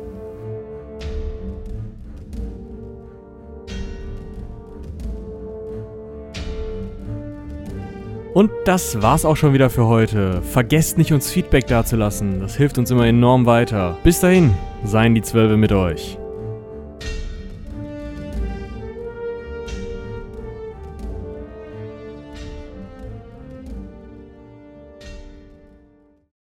Und das war's auch schon wieder für heute. Vergesst nicht, uns Feedback dazulassen. Das hilft uns immer enorm weiter. Bis dahin, seien die Zwölfe mit euch.